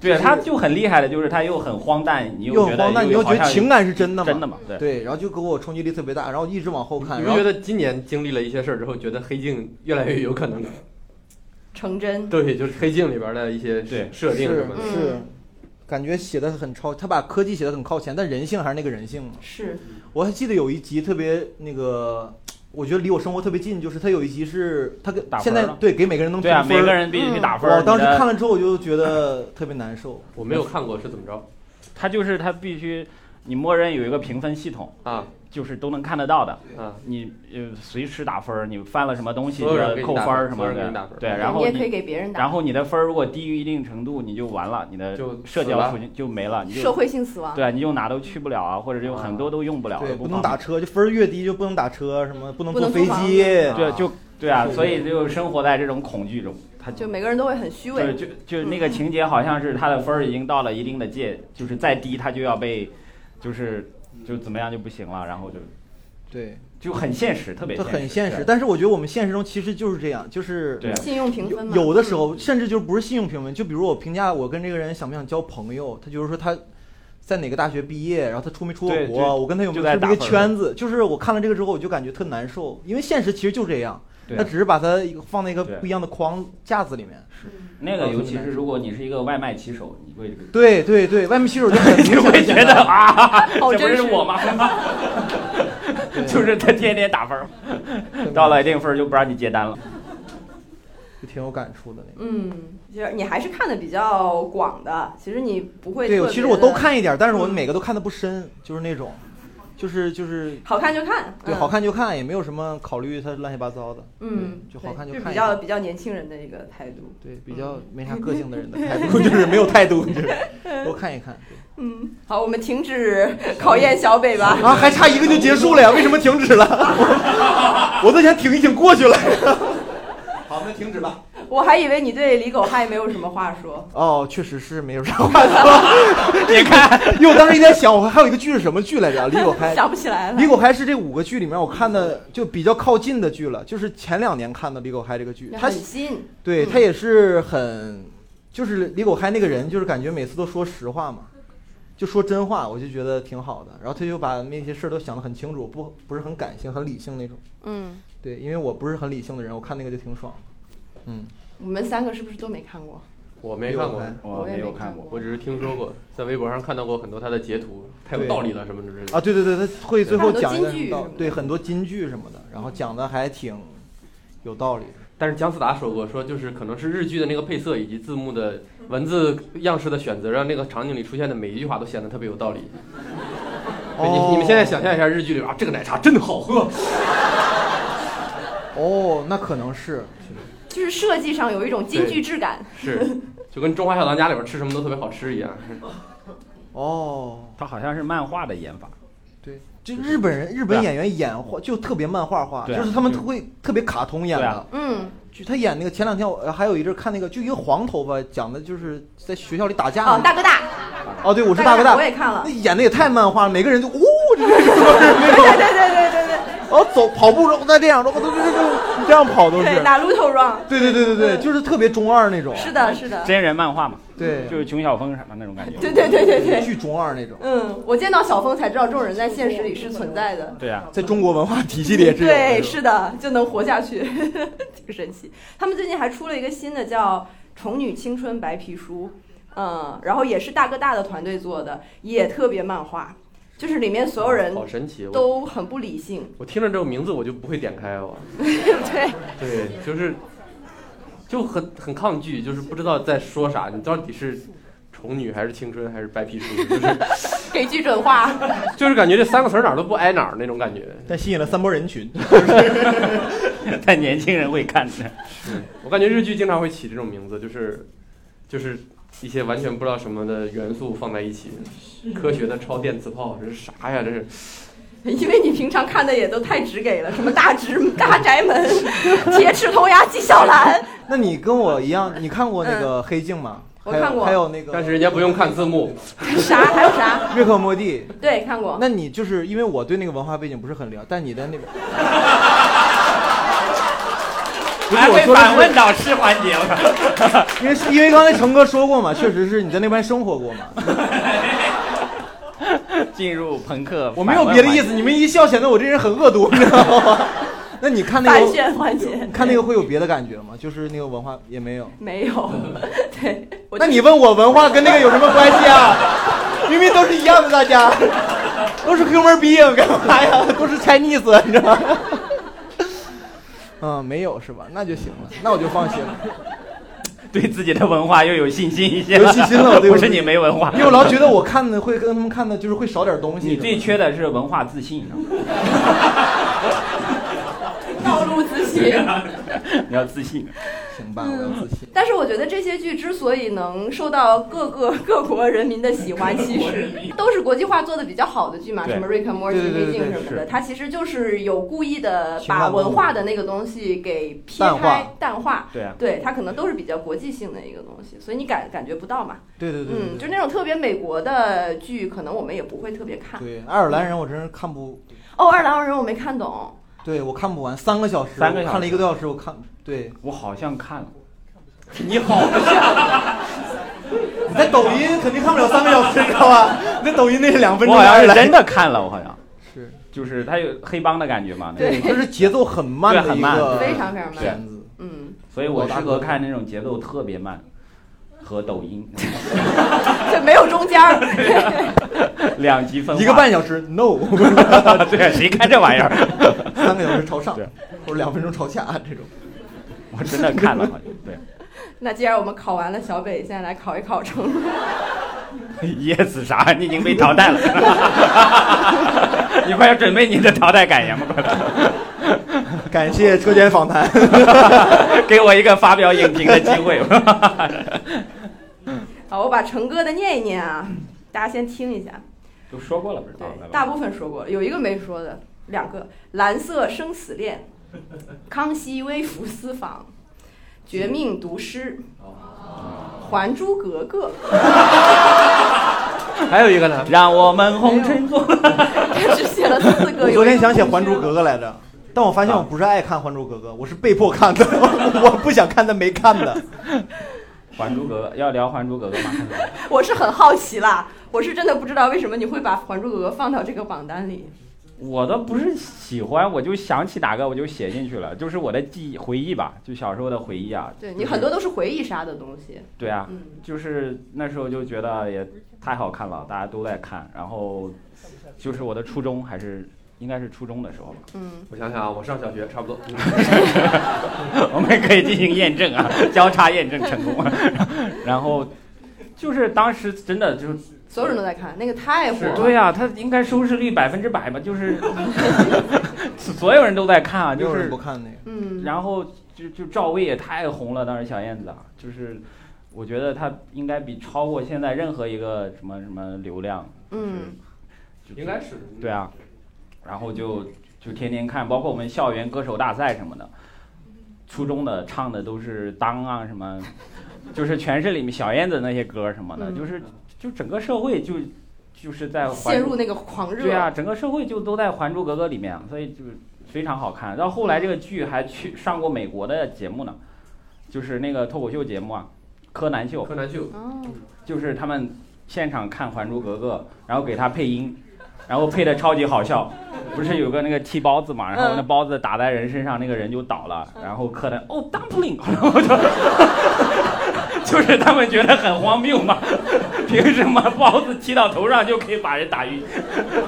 对，啊他就很厉害的，就是他又很荒诞，你又觉很得荒诞，你又觉得情感感是真的吗？真的嘛？对，对，然后就给我冲击力特别大，然后一直往后看，你们然后觉得今年经历了一些事儿之后，觉得黑镜越来越有可能？成真。对，就是黑镜里边的一些对设定什么的。是嗯是，感觉写的很超，他把科技写的很靠前，但人性还是那个人性嘛。是，我还记得有一集特别那个，我觉得离我生活特别近，就是他有一集是他给打分现在了对给每个人能对啊，评分哦每个人必须打分。我当时你的看了之后，我就觉得特别难受。我没有看过是怎么着他就是他必须，你默认有一个评分系统，啊就是都能看得到的。啊！你呃随时打分儿，你翻了什么东西所有人给你扣打分分儿儿什所么有人给你打的分，儿对，然后嗯你也可以你给别人打，然后你的分儿如果低于一定程度，你就完了，你的就死社交了属性就没了，你社就会性死亡。对啊，你就哪都去不了啊，或者就很多都用不了，对，都不能方打便。车，就分儿越低就不能打车，什么不能不坐能飞租房机，对，就对啊，对所以就生活在这种恐惧中，他就每个人都会很虚就是伪，就就那个情节，好像是他的分儿已经到了一定的界，就是再低他就要被，就是就怎么样就不行了，然后就对，就很现实，特别它很现实。对但是我觉得我们现实中其实就是这样，就是对啊信用评嗯分嘛。嗯有的时候甚至就不是信用评分，就比如我评价我跟这个人想不想交朋友，他就是说他在哪个大学毕业，然后他出没出过对国，就我跟他有没就有在是不是一打个分圈子，就是我看了这个之后我就感觉特难受，因为现实其实就这样，对他只是把它一个放在一个对不一样的框架子里面。那个尤其是如果你是一个外卖骑手，你会 对对对，外面骑手就很明就 显会地觉显得 得啊，好这不真实是我吗？ 对就是他天天打分儿，很到了一定分儿就不让你接单了。就挺有感触的那个。嗯，就是你还是看的比较广的，其实你不会对，特我别其实我地都，看一点，但是我嗯每个都看的不深，就是那种，就是就是。好看就看，对，嗯好，看就看，也没有什么考虑它乱七八糟的。嗯，对就好看对就就看比一下较比嗯较年轻人的一个态度，对，比较没啥个性的人的 态度，就是没有态度，就是多看一看。对嗯，好，我们停止考验小北吧，啊，还差一个就结束 了呀？为什么停止了？我都想挺一挺过去了。 好，那停止吧。 我还以为你对李狗嗨没有什么话说，哦，确实是没有啥话 说。你看，因为我当时一直在想，我还有一个剧是什么剧 来着？李狗嗨。想不起来了李，狗嗨是这五个剧里面我看的就比较靠近的剧了，就是前两年看的李狗嗨这个剧，它很新，对嗯他也是很，就是李狗嗨那个人，就是感觉每次都说实话嘛，就说真话，我就觉得挺好的。然后他就把那些事儿都想得很清楚，不不是很感性，很理性那种。嗯，对，因为我不是很理性的人，我看那个就挺爽的。嗯，我们三个是不是都没看过？我没看过李，狗我也没有看看过。我只是听说过，在微博上看到过很多他的截图，太有对道理了什么之类的嗨啊，。对对对，他会最后讲一看很多个金句很什道么的对很多金句什么的，然后讲的还挺有道理。但是姜思达说过，说就是可能是日剧的那个配色以及字幕的文字样式的选择，让那个场景里出现的每一句话都显得特别有道理。对哦你你们现在想象一下日剧里啊，这个奶茶真好喝，哦，那可能是就是设计上有一种京剧质感，是就跟《中华小当家》里边吃什么都特别好吃一样。哦。他好像是漫画的演法，对，就日本人，日本演员演画就特别漫画化，啊对啊就是他们就会特别卡通演对啊的。嗯，就他演那个前两天我呃还有一阵看那个，就一个黄头发讲的就是在学校里打架。哦，大哥大，哦，对，我是大哥哥大，大我也看了那演的也太漫画了，每个人就呜，这是什么是那对 种，对对对对然后走跑步都在这样，都都都都这样跑都对，对是。打 Naruto run，对对对对对，就是特别中二那种。是的，是的，真人漫画嘛，对，就是熊小峰什么那种感觉。对对对对对。巨中二那种，嗯，我见到小峰才知道这种人在现实里是存在的。对啊，在中国文化体系里也是有的。对，是的，就能活下去， 挺神奇。他们最近还出了一个新的叫《宠女青春白皮书》，嗯，然后也是大哥大的团队做的，也特别漫画，就是里面所有人哦好神奇，我都很不理性。 我听着这个名字我就不会点开啊我。对，对，就是就很很抗拒，就是不知道在说啥，你到底是宠女还是青春还是白皮书，就是 给剧准化。就是感觉这三个词儿哪儿都不挨哪儿那种感觉。但吸引了三波人群。但年轻人会看的。我感觉日剧经常会起这种名字，就是就是一些完全不知道什么的元素放在一起， 科学的超电磁炮，这是啥呀？这是 因为你平常看的也都太直给了，什么大直 大宅门、铁齿铜牙纪晓岚， 那你跟我一样，你看过那个《黑镜》吗？嗯我还有看过还有那个，但是人家不用看字幕，啥还有啥？瑞克和莫蒂。对，看过。那你就是因为我对那个文化背景不是很了，但你的 那个，不是还我会说反的问导师环节，我靠是，因为是因为刚才成哥说过嘛，确实是你在那边生活过 嘛， 进入朋克，我没有别的意思，。你们一笑显得我这人很恶毒，你知道吗？ 那你看那反个，选环节你看那个会有别的感觉吗？就是那个文化也没有。没 有， 对，我那就你问我文化跟那个有什么关系 啊？明明都是一样的，大家都是哥们儿逼啊，干嘛呀？都是 Chinese，你知道吗？嗯，没有是吧？那就行了，那我就放心了。对自己的文化又有信心一些，有信心了我对不我是你没文化，因为我老觉得我看的会跟他们看的就是会少点东西。你是吧最缺的是文化自信，你知道吗？道路自 信。 你要自信。行吧，我要嗯自信。但是我觉得这些剧之所以能受到各个各国人民的喜欢， 其实都是国际化做的比较好的剧嘛，对什么《瑞克 and Morty》《对黑对对镜对》什么是的，它其实就是有故意的寻把汉文文化化的那个东西给劈淡开化淡化。对啊，对，它可能都是比较国际性的一个东西，所以你感感觉不到嘛。对对对嗯，就对是那种特别美国的剧，可能我们也不会特别看。对，爱尔兰人我真是看不，哦，爱尔兰人我没看懂，对我看不完，三个小时，三个小时我看了一个多小时，我看对。我好像看了，你好，你在抖音肯定看不了三个小时，你知道吧？你在抖音那是两分 我钟，好像爱尔是兰真的看了，我好像是，就是他有黑帮的感觉嘛。那对 种，就是节奏很慢对的很一慢个非常非常慢。片子。嗯，所以我适合看那种节奏特别慢和抖音 就没有中间儿。 两极分化一个半小时，no， 对，谁看这玩意儿？ 三个小时朝上对，或者两分钟朝下这种。我真的看了，好像对。 那既然我们考完了小北，现在来考一考程璐。 yes 啥？你已经被淘汰 了，你快要准备你的淘汰感言吧，快点，感谢车间访 谈， 给我一个发表影评的机会。啊好，我把成哥的念一念啊，大家先听一下。 都说过了不是对，大部分说过了，有一个没说的，两个：蓝色生死 恋、康熙微服私访、绝命毒师、哦还珠格格。 还有一个呢，让我们红尘作伴。他只写了四个。我昨天想写《还珠格格》。格》来着，但我发啊现我不是爱看《还珠格格》，我是被迫看的， 我不想看但没看的。 还珠格格要聊《还珠格格》吗？我是很好奇啦，我是真的不知道为什么你会把《还珠格格》放到这个榜单里。 我倒不是喜欢，我就想起哪个我就写进去了，就是我的记忆回忆吧，就小时候的回忆啊。对就你是很多都是回忆杀的东西。对啊，嗯，就是那时候就觉得也太好看了，大家都在看，然后就是我的初中还是应该是初中的时候吧。 嗯，我想想啊，我上小学差不多， 我们可以进行验证啊，交叉验证成功。啊 然后就是当时真的就是，所有人都在看，那个太啊火了。对呀、它应该收视率百分之百吧，就是 所有人都在看啊，没有就人是不，看那个，嗯，然后就就赵薇也太红了，当时小燕子啊，就是我觉得她应该比超过现在任何一个什么什么流量，嗯，就应该是对啊，然后就就天天看，包括我们校园歌手大赛什么的，初中的唱的都是当啊什么，就是全是里面小燕子那些歌什么的，嗯就是就整个社会就就是在还陷入那个狂热。对啊，整个社会就都在《还珠格格》里面，啊所以就是非常好看。然后后来这个剧还去上过美国的节目呢，就是那个脱口秀节目啊，柯南秀，柯南秀，哦，就是他们现场看《还珠格格》，然后给他配音，然后配的超级好笑。不是有个那个踢包子嘛，然后那包子打在人身上，那个人就倒了，然后柯南哦 dumpling，然后 就就是他们觉得很荒谬嘛，凭什么包子踢到头上就可以把人打晕？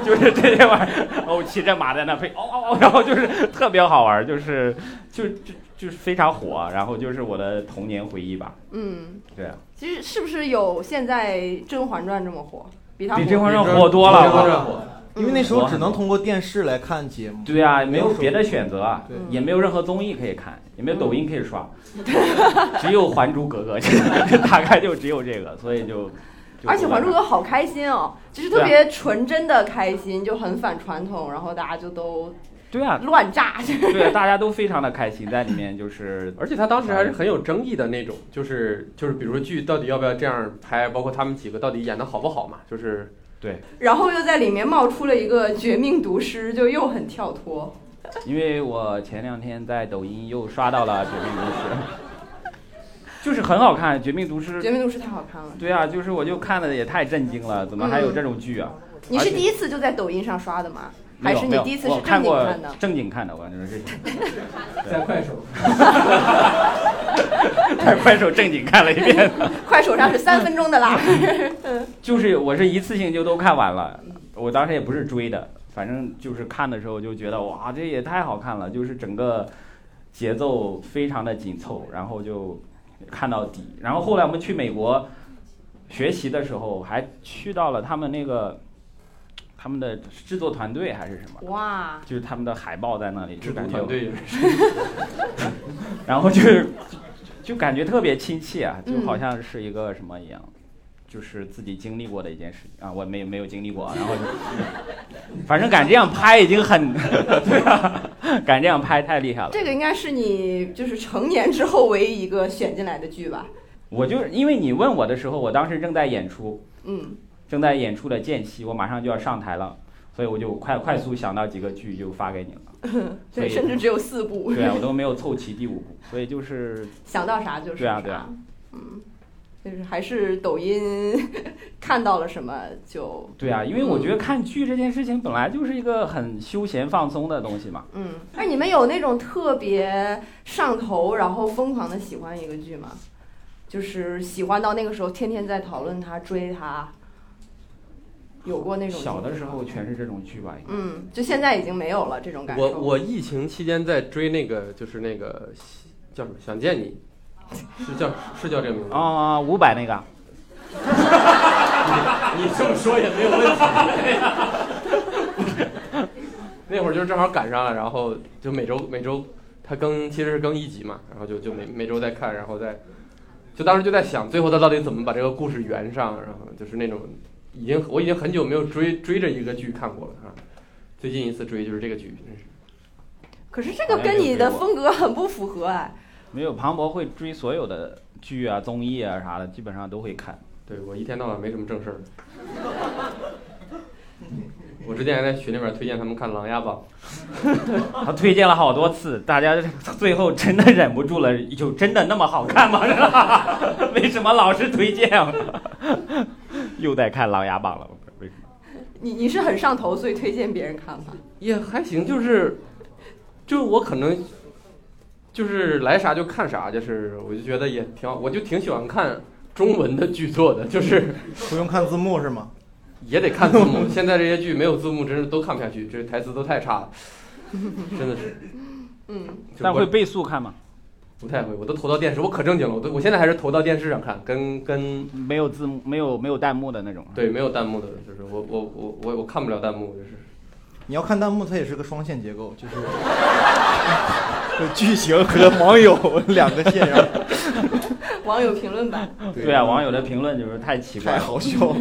就是这些玩意儿，哦骑着马在那配哦哦哦，然后就是特别好玩，就是就就就是非常火，啊然后就是我的童年回忆吧，嗯，对啊。其实是不是有现在《甄嬛传》这么火？比它比火《甄嬛传》火多了，啊甄嬛传火因为那时候只能通过电视来看节目。对啊，没有别的选择啊对，也没有任何综艺可以看，也没有抖音可 以刷，只有《还珠格格》 这，大概就只有这个，所以就。就而且《还珠格格》格好开心哦，就是啊特别纯真的开心，就很反传统，然后大家就都对啊，乱炸。 对啊，大家都非常的开心，在里面就是而且他当时还是很有争议的那种，就是就是，比如说剧到底要不要这样拍，包括他们几个到底演的好不好嘛，就是然后又在里面冒出了一个绝命毒师，就又很跳脱。因为我前两天在抖音又刷到了《绝命毒师》，就是很好看，《绝命毒师绝》。命毒师太好看了，对啊，就是我就看的也太震惊了，怎么还嗯有这种剧啊？你是第一次就在抖音上刷的吗？没还有是没你有第一次我是正看经过看的？正经看的，我就是在快手， 在快手正经看了一遍，快手上是三分钟的 啦。就是我是一次性就都看完了，我当时也不是追的，反正就是看的时候就觉得哇，这也太好看了，就是整个节奏非常的紧凑，然后就看到底。然后后来我们去美国学习的时候，还去到了他们那个他们的制作团队还是什么。哇，就是他们的海报在那里，制作就感觉团队然后就是 就感觉特别亲切啊，嗯就好像是一个什么一样，就是自己经历过的一件事情啊，我没没有经历 过啊，然后就反正敢这样拍已经很 对啊，敢这样拍太厉害了。这个应该是你就是成年之后唯一一个选进来的剧吧？我就是因为你问我的时候，我当时正在演出，嗯，正在演出的间隙，我马上就要上台了，所以我就快快速想到几个剧就发给你了。所 对，以甚至只有四部，对啊，我都没有凑齐第五部，所以就是想到啥就是对啊啥对啊嗯，就是还是抖音 看到了什么就对啊，因为我嗯觉得看剧这件事情本来就是一个很休闲放松的东西嘛。嗯。哎，你们有那种特别上头，然后疯狂的喜欢一个剧吗？就是喜欢到那个时候，天天在讨论它、追它，有过那种小的经历时吗候全是这种剧吧，应该嗯，就现在已经没有了这种感受。我我疫情期间在追那个，就是那个叫什么？想见你，是叫是叫这个名字吗？啊，五百那个，你这么说也没有问题。 那会儿就正好赶上了，然后就每周每周他更其实是更一集嘛，然后就就每每周在看，然后再就当时就在想，最后他到底怎么把这个故事圆上，然后就是那种已经我已经很久没有追追着一个剧看过了啊，最近一次追就是这个剧，真是可是这个跟你的风格很不符合哎。没有庞博会追所有的剧啊、综艺啊啥的，基本上都会 看。对我一天到晚没什么正事儿。 我之前还在群里面推荐他们看《琅琊榜》。他推荐了好多次，大家最后真的忍不住了，有真的那么好 看吗？为什么老是推荐？啊 又在看《琅琊榜》了，为什么？你你是很上头，所以推荐别人看吗？ 也还行，就是，就我可能就是来啥就看啥，就是我就觉得也挺好，我就挺喜欢看中文的剧作的，就是 不用看字幕是吗？也得看字幕。现在这些剧没有字幕，真是都看不下去，这台词都太差了，真的是。嗯，就但我会倍速看吗？不太会，我都投到电视，我可正经了，我都我现在还是投到电视上看，跟跟没有字幕，没有没有弹幕的那种。啊对没有弹幕的，就是我我我我我看不了弹幕，就是。你要看弹幕，它也是个双线结构， 就是剧情和网友两个线，然后网友评论版。对啊，网友的评论就是太奇怪太了。好笑了。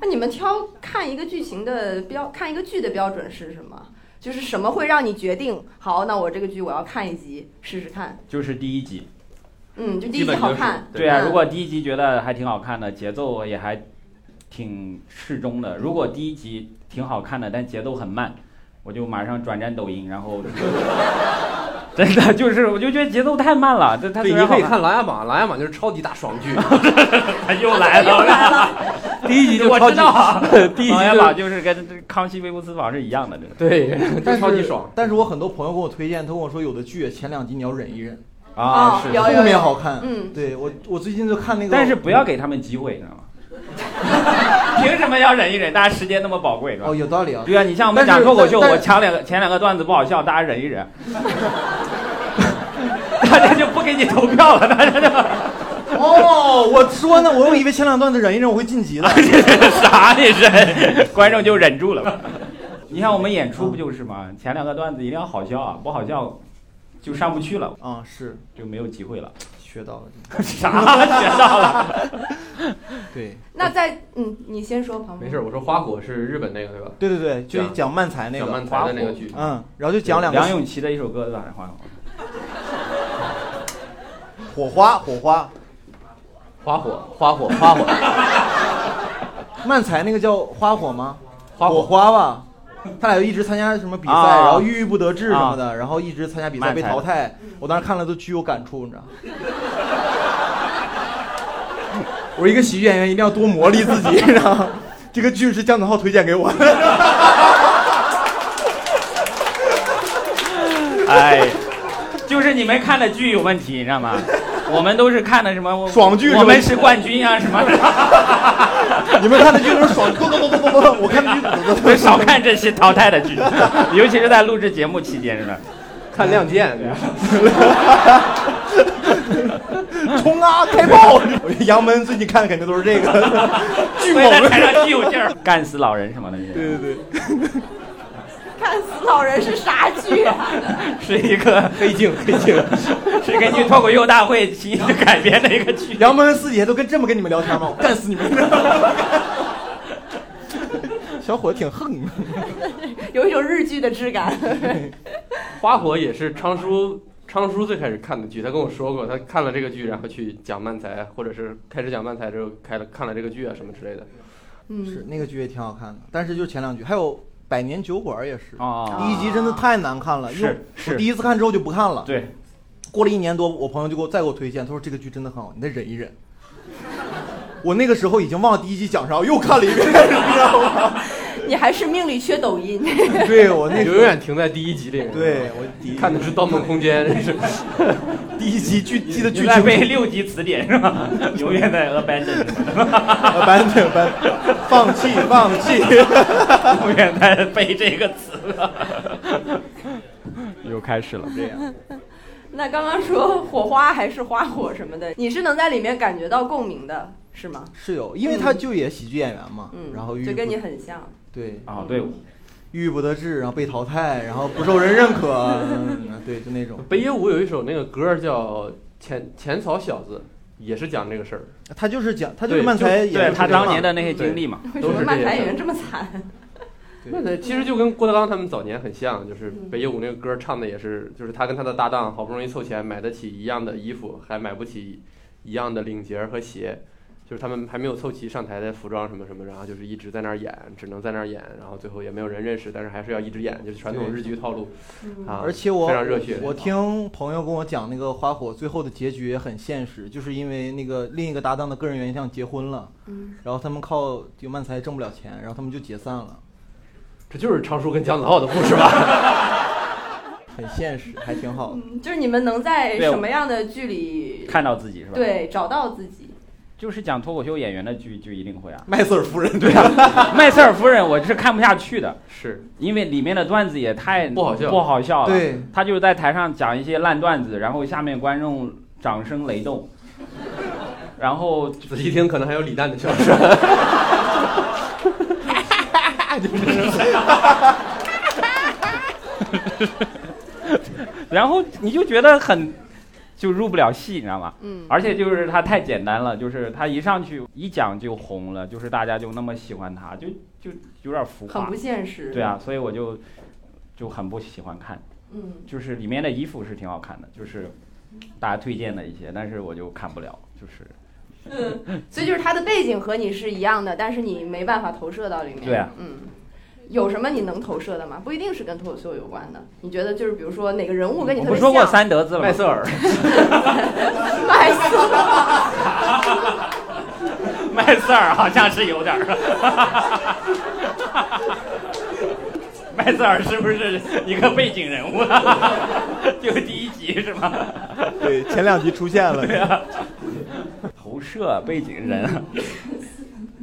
那你们挑看一个剧情的标，看一个剧的标准是什么？就是什么会让你决定？好，那我这个剧我要看一集试试看。就是第一集。嗯，就第一基集本就好是看。对啊，嗯如果第一集觉得还挺好看的，节奏也还挺适中的。如果第一集挺好看的，但节奏很慢，我就马上转战抖音，然后 真的就是，我就觉得节奏太慢了。这他对，虽你然可好以看《琅�琊榜》，《琅琊榜》就是超级大爽剧，他又来了，又来 了。 第一集就我超知级道啊， 第一集琅琊就榜就是跟《康熙微服私访》是一样的，这 个对，就但超级是爽。但是我很多朋友给我推荐，他跟我说有的剧前两集你要忍一忍，啊是。有有后面好看。嗯对我我最近就看那个，但是不要给他们机会，知道 吗？凭什么要忍一忍？大家时间那么宝贵，是吧哦，？有道理啊。对啊，你像我们但讲是脱口秀，但我抢两个前两个段子不好笑，大家忍一忍， 大家就不给你投票了，大家就哦，哦，我说呢，我以为前两段子忍一忍我会晋级了。啥你忍， 观众就忍住了。你看我们演出不就是吗？前两个段子一定要好笑啊，不好笑就上不去了，啊，是就没有机会了。学到了，啥学到了？ 对那在嗯，你先说，庞博没事，。我说花火是日本那个对吧？对对对，就讲讲漫才那小个，漫才的那个剧，嗯，然后就讲两梁个咏琪的一首歌咋的？话火花火花，花火，嗯花火，花火，漫才那个叫花火吗？花火火，花吧。他俩就一直参加什么比赛，啊然后郁郁不得志什么的，然后一直参加比赛漫被才淘汰。我当时看了都巨有感触，你知道吗。我一个喜剧演员一定要多磨砺自己，你知道吗？这个剧是姜子浩推荐给我的，哎，就是你们看的剧有问题，你知道吗？我们都是看的什么我爽剧是吧我们是冠军啊什么的。 你们看的剧都是爽，咚咚咚咚咚咚，我看的剧咚咚就咚少看这些淘汰 的剧，尤其是在录制节目期间，是吧？ 看《亮剑》冲啊，开炮！杨门最近看的肯定都是这个，巨所以在台猛。上巨有劲 儿，干死老人什么的，这对对对，看死老人是啥剧啊？ 是一 个黑镜黑镜，是根据脱口秀大会新改编的一 个剧。杨门四姐都跟这么跟你们聊天吗？我干死你们！小伙子挺横，有一种日剧的质感。 花火也是昌叔，昌叔最开始看的剧，他跟我说过，他看了这个剧，然后去讲漫才，或者是开始讲漫才之后，开了看了这个剧啊什么之类的。嗯是那个剧也挺好看的，但是就是前两句，还有《百年酒馆》也是， 哦，第一集真的太难看了，因为是我是第一次看之后就不看了。对，过了一年多，我朋友就给我再给我推荐，他说这个剧真的很好，你再忍一忍。我那个时候已经忘了第一集讲啥，我又看了一遍， 你知道吗？你还是命里缺抖音。 对我那你时 就候永远停在第一集里。对，我第一看的是《盗梦空间》，这是 第一集剧记得就剧在情背六级词典是 吧？永远在 abandon， ，abandon a 放弃放弃。 永远在背这个词。又开始了，这样那刚刚说火花还是花火什么的，你是能在里面感觉到共鸣的，是吗？是有，因为他就也喜剧演员嘛，嗯，然后郁郁就跟不你很像。对啊，对，郁郁不得志，然后被淘汰，然后不受 人认可，嗯对，就那种。北野武有一首那个歌叫《浅浅草小子》，也是讲这个事儿。他就是讲，他就对是漫才演对员，他当年的那些经历嘛，为什么漫才演员这么惨？对那其实就跟郭德纲他们早年很像，就是北野武那个歌唱的也是，就是他跟他的搭档好不容易凑钱买得起一样的衣服，还买不起一样的领结和鞋，就是他们还没有凑齐上台的服装什么什么，然后就是一直在那儿演，只能在那儿演，然后最后也没有人认识，但是还是要一直演，就是传统日剧套路啊，而且我非常热血。我听朋友跟我讲，那个花火最后的结局也很现实，就是因为那个另一个搭档的个人原因上结婚了，嗯然后他们靠就漫才挣不了钱，然后他们就解散了，这就是昌叔跟姜子浩的故事吧？很现实，还挺好的。。嗯，就是你们能在对什么样的剧里，看到自己是吧？，对，找到自己？就是讲脱口秀演员的剧就一定会啊麦瑟尔夫人， 对啊，麦瑟尔夫人我是看不下去的，是，因为里面的段子也太不好笑不好笑了。对，他就是在台上讲一些烂段子，然后下面观众掌声雷动，然后 仔细听可能还有李诞的笑声。然后你就觉得很就入不了戏，你知道吗？嗯而且就是他太简单了，就是他一上去一讲就红了，就是大家就那么喜欢他，就就有点浮很夸不。现实。对，啊，所以我就就很不喜欢看，嗯，就是里面的衣服是挺好看的，就是大家推荐的一些，但是我就看不了，就是所以就是他的背景和你是一样的，但是你没办法投射到里面。对啊，嗯。有什么你能投射的吗？不一定是跟脱口秀有关的。你觉得就是比如说哪个人物跟你我特不别说像？ 过三德字吗麦？瑟尔，麦瑟， 麦瑟尔好像是有点儿。 麦瑟尔是不是一个背景人物了？就第一集是吗？对，前两集出现了，对啊，投射背景人啊，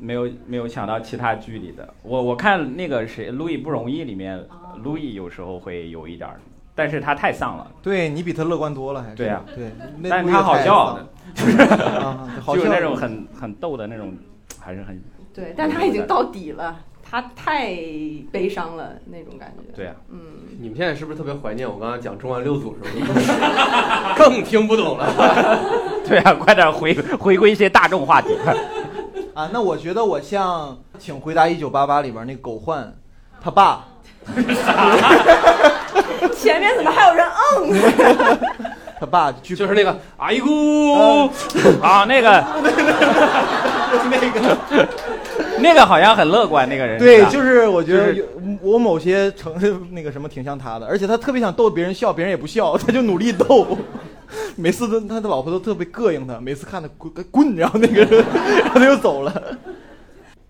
没有没有想到其他剧里的。我我看那个谁《路易不容易》里面，路易有时候会有一点儿，但是他太丧了。对你比他乐观多了，还是对啊对，那但路是易他太好丧笑 了，啊，好就笑是那种很很逗的那种，还是很对，但他已经到底了，他太悲伤了那种感觉。对啊。嗯，你们现在是不是特别怀念我刚刚讲中完六组时候， 更听不懂了？ 对啊，快点回回归一些大众 话题。啊。那我觉得我像《请回答一九八八》里边那狗焕，他爸，前面怎么还有人嗯？ 他爸巨就是那个哎呦，啊，那 个那个。那个好像很乐观，那个人对，吧就是我觉得就是有我某些成那个什么挺像他的，而且他特别想逗别人笑，别人也不笑，他就努力逗。 每次都他的老婆都特别膈应他，每次看他滚滚，然后那个人然后他又走了。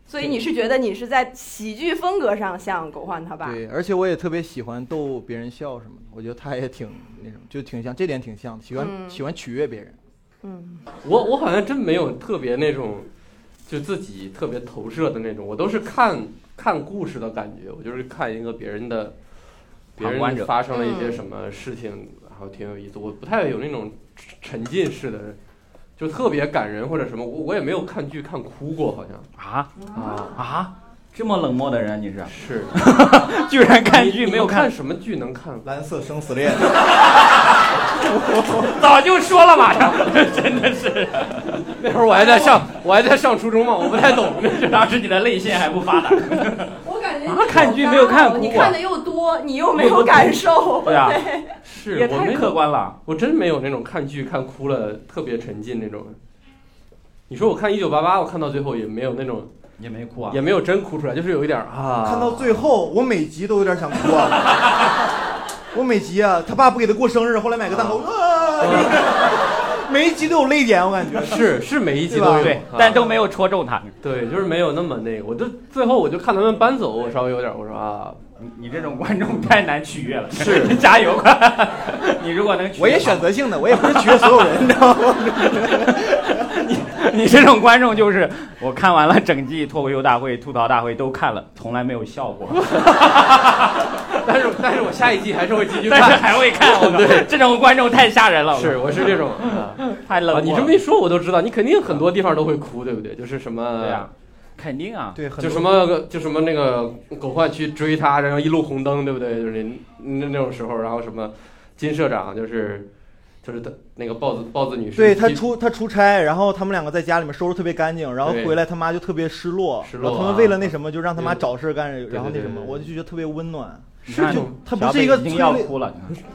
所以你是觉得你是在喜剧风格上像狗焕他爸？对，而且我也特别喜欢逗别人笑什么的，我觉得他也挺那种，就挺像这点挺像的，喜欢、嗯喜欢取悦别人。嗯，我我好像真没有特别那种，就自己特别投射的那种，我都是看看故事的感觉，我就是看一个别人的，别旁观者人发生了一些什么事情，然后挺有意思。我不太有那种沉浸式的，就特别感人或者什么，我我也没有看剧看哭过，好像啊啊啊，这么冷漠的人你是， 是居然看你剧你没有有看看，什么剧能看？蓝色生死恋，早就说了马上， 真的是，那会儿我还在上我还在上初中嘛，我不太懂那是。当时你的泪腺还不 发达。我感觉啊看剧没有看哭啊你看的又多，你又没有感受。对啊，是也我太没客有，观了。我真没有那种看剧看哭了特别沉浸那种。你说我看《一九八八》，我看到最后也没有那种，也没哭啊也没有真哭出来，就是有一点儿啊。看哦到最后我每集都有点想哭啊。 我每集啊，他爸不给他过生日，后来买个蛋哦糕，啊， 每一集都有泪点，我感觉。是是每一集都有，对啊，但都没有戳中他。对，就是没有那么那个。我就最后我就看他们搬走，我稍微有点儿我说啊， 你你这种观众太难取悦了，是 加油吧！你如果能取悦我也选择性的，我也不是取悦所有人，你知道吗？他， 你这种观众就是我看完了整季脱口秀大会、吐槽大会都看了，从来没有笑 过，但是但是我下一季还是会继续但是看。还 会看。我靠对，这种观众太吓人了，我靠是，我是这种。啊太 冷啊，漠了。你这么一说，我都知道，你肯定很多地方都会哭，对不对？就是什么，对啊，肯定啊，对，很就多什么就什么那个狗焕去追他，然后一路红灯，对不对？就是那那那种时候，然后什么金社长就是就是他那个豹子豹子女士，对他金出他出差，然后他们两个在家里面收拾特别干净，然后对回来他妈就特别失落，失落然后他们啊为了那什么就让他妈对找事儿干，然后那对对什么，对我就觉得特别温暖。你看就他不小是北一个已经催要泪哭了，你看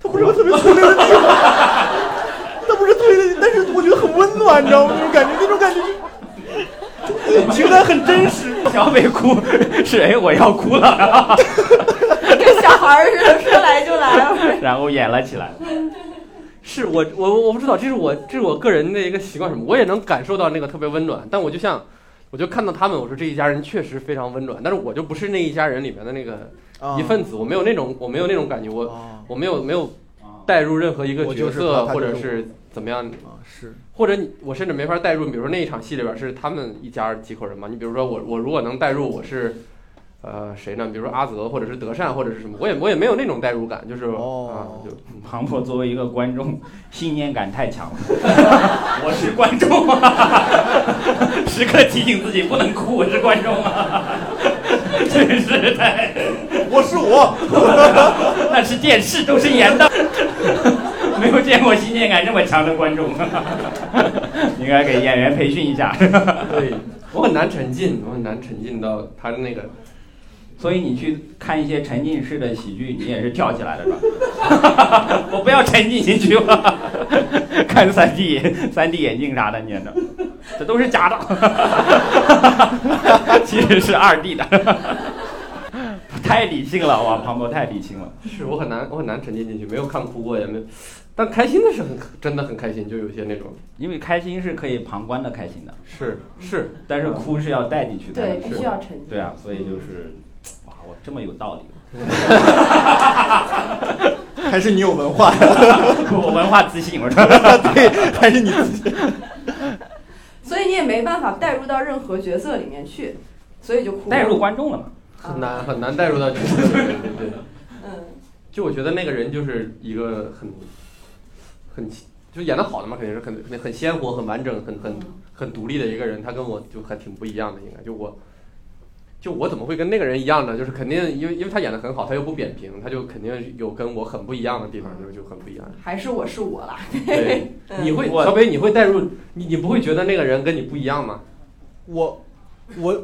他不是个特别催泪的地方，他不是催泪的，但是我觉得很温暖，你知道吗？那种感觉，那种感觉就情感很真实。 小北哭是哎我要哭了， 然 后跟小孩儿似的，说来就 来。然后演了起来。是我我我不知道，这是我这是我个人的一个习惯什么，我也能感受到那个特别温暖，但我就像我就看到他们，我说这一家人确实非常温暖，但是我就不是那一家人里面的那个啊一份子，我没有那种我没有那种感觉，我啊我没有没有带入任何一个我角就是色他他或者就是怎么样，啊是或者你我甚至没法代入，比如说那一场戏里边是他们一家几口人嘛，你比如说我我如果能代入我是，呃谁呢？比如说阿泽或者是德善或者是什么，我也我也没有那种代入感，就是、哦啊就嗯庞博作为一个观众，信念感太强了。我是观众啊，时刻提醒自己不能哭，我是观众啊，真是太……我是我，那是电视，都是演的，没有见过信念感这么强的观众，啊 应该给演员培训一下。对，我很难沉浸，我很难沉浸到他的那个。所以你去看一些沉浸式的喜剧，你也是跳起来的是吧？ 我不要沉浸进去了， 看三 D 三 D 眼镜啥的，你也能，这都是假的， 其实是二 D 的，太理性了哇！庞博太理性了，是我很难，我很难沉浸进去，没有看哭过，也没，但开心的是很真的很开心，就有些那种因为开心是可以旁观的开心的，是是，但是哭是要带进去的，对，必须要沉浸。对啊，所以就是，哇，我这么有道理， 还是你有文化，我文化自信，我说。对，还是你自己。所以你也没办法带入到任何角色里面去，所以就哭了。带入观众了嘛？很难很难带入到角色里面，对对。嗯，就我觉得那个人就是一个很很就演的好的嘛，肯定是很很很鲜活、很完整、很很很独立的一个人。他跟我就还挺不一样的，应该就我，就我怎么会跟那个人一样呢？就是肯定因为因为他演的很好，他又不扁平，他就肯定有跟我很不一样的地方，就就很不一样。还是我是我啦。 对，嗯你会我小北，你会带入你你不会觉得那个人跟你不一样吗？我我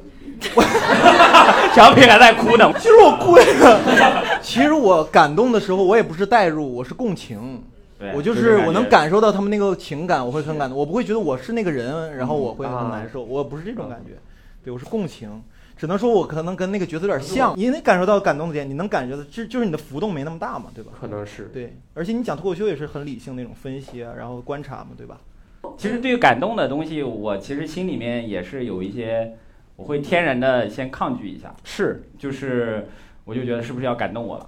小品还在哭呢。其实我哭了，其实我感动的时候，我也不是代入，我是共情。对我就这是感我能觉感受到他们那个情感，我会很感动，我不会觉得我是那个人，然后我会啊很难受，我不是这种感觉，对我是共情，只能说我可能跟那个角色有点像，你能感受到感动的点，你能感觉到，这就是你的浮动没那么大嘛，对吧？可能是。对，而且你讲脱口秀也是很理性那种分析啊，然后观察嘛，对吧？其实对于感动的东西，我其实心里面也是有一些，我会天然的先抗拒一下，是，就是我就觉得是不是要感动我了，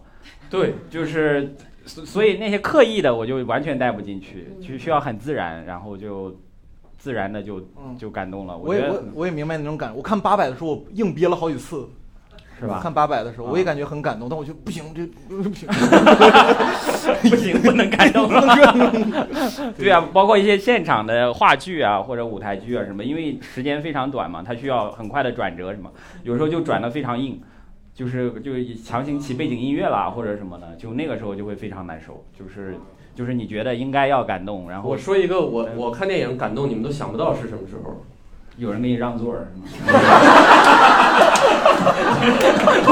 对，就是所所以那些刻意的我就完全带不进去，就需要很自然，然后就自然的就嗯，就感动了。我觉也得我可能我也明白那种感，我看八百的时候我硬憋了好几次，是吧？看八百的时候啊我也感觉很感动，但我就不行，这不行， 不行，不能感动了。对啊，包括一些现场的话剧啊，或者舞台剧啊什么，因为时间非常短嘛，它需要很快的转折什么，有时候就转的非常硬，就是就是强行起背景音乐啦或者什么的，就那个时候就会非常难受，就是就是你觉得应该要感动，然后我说一个我我看电影感动你们都想不到是什么时候。 有人给你让座儿，是吗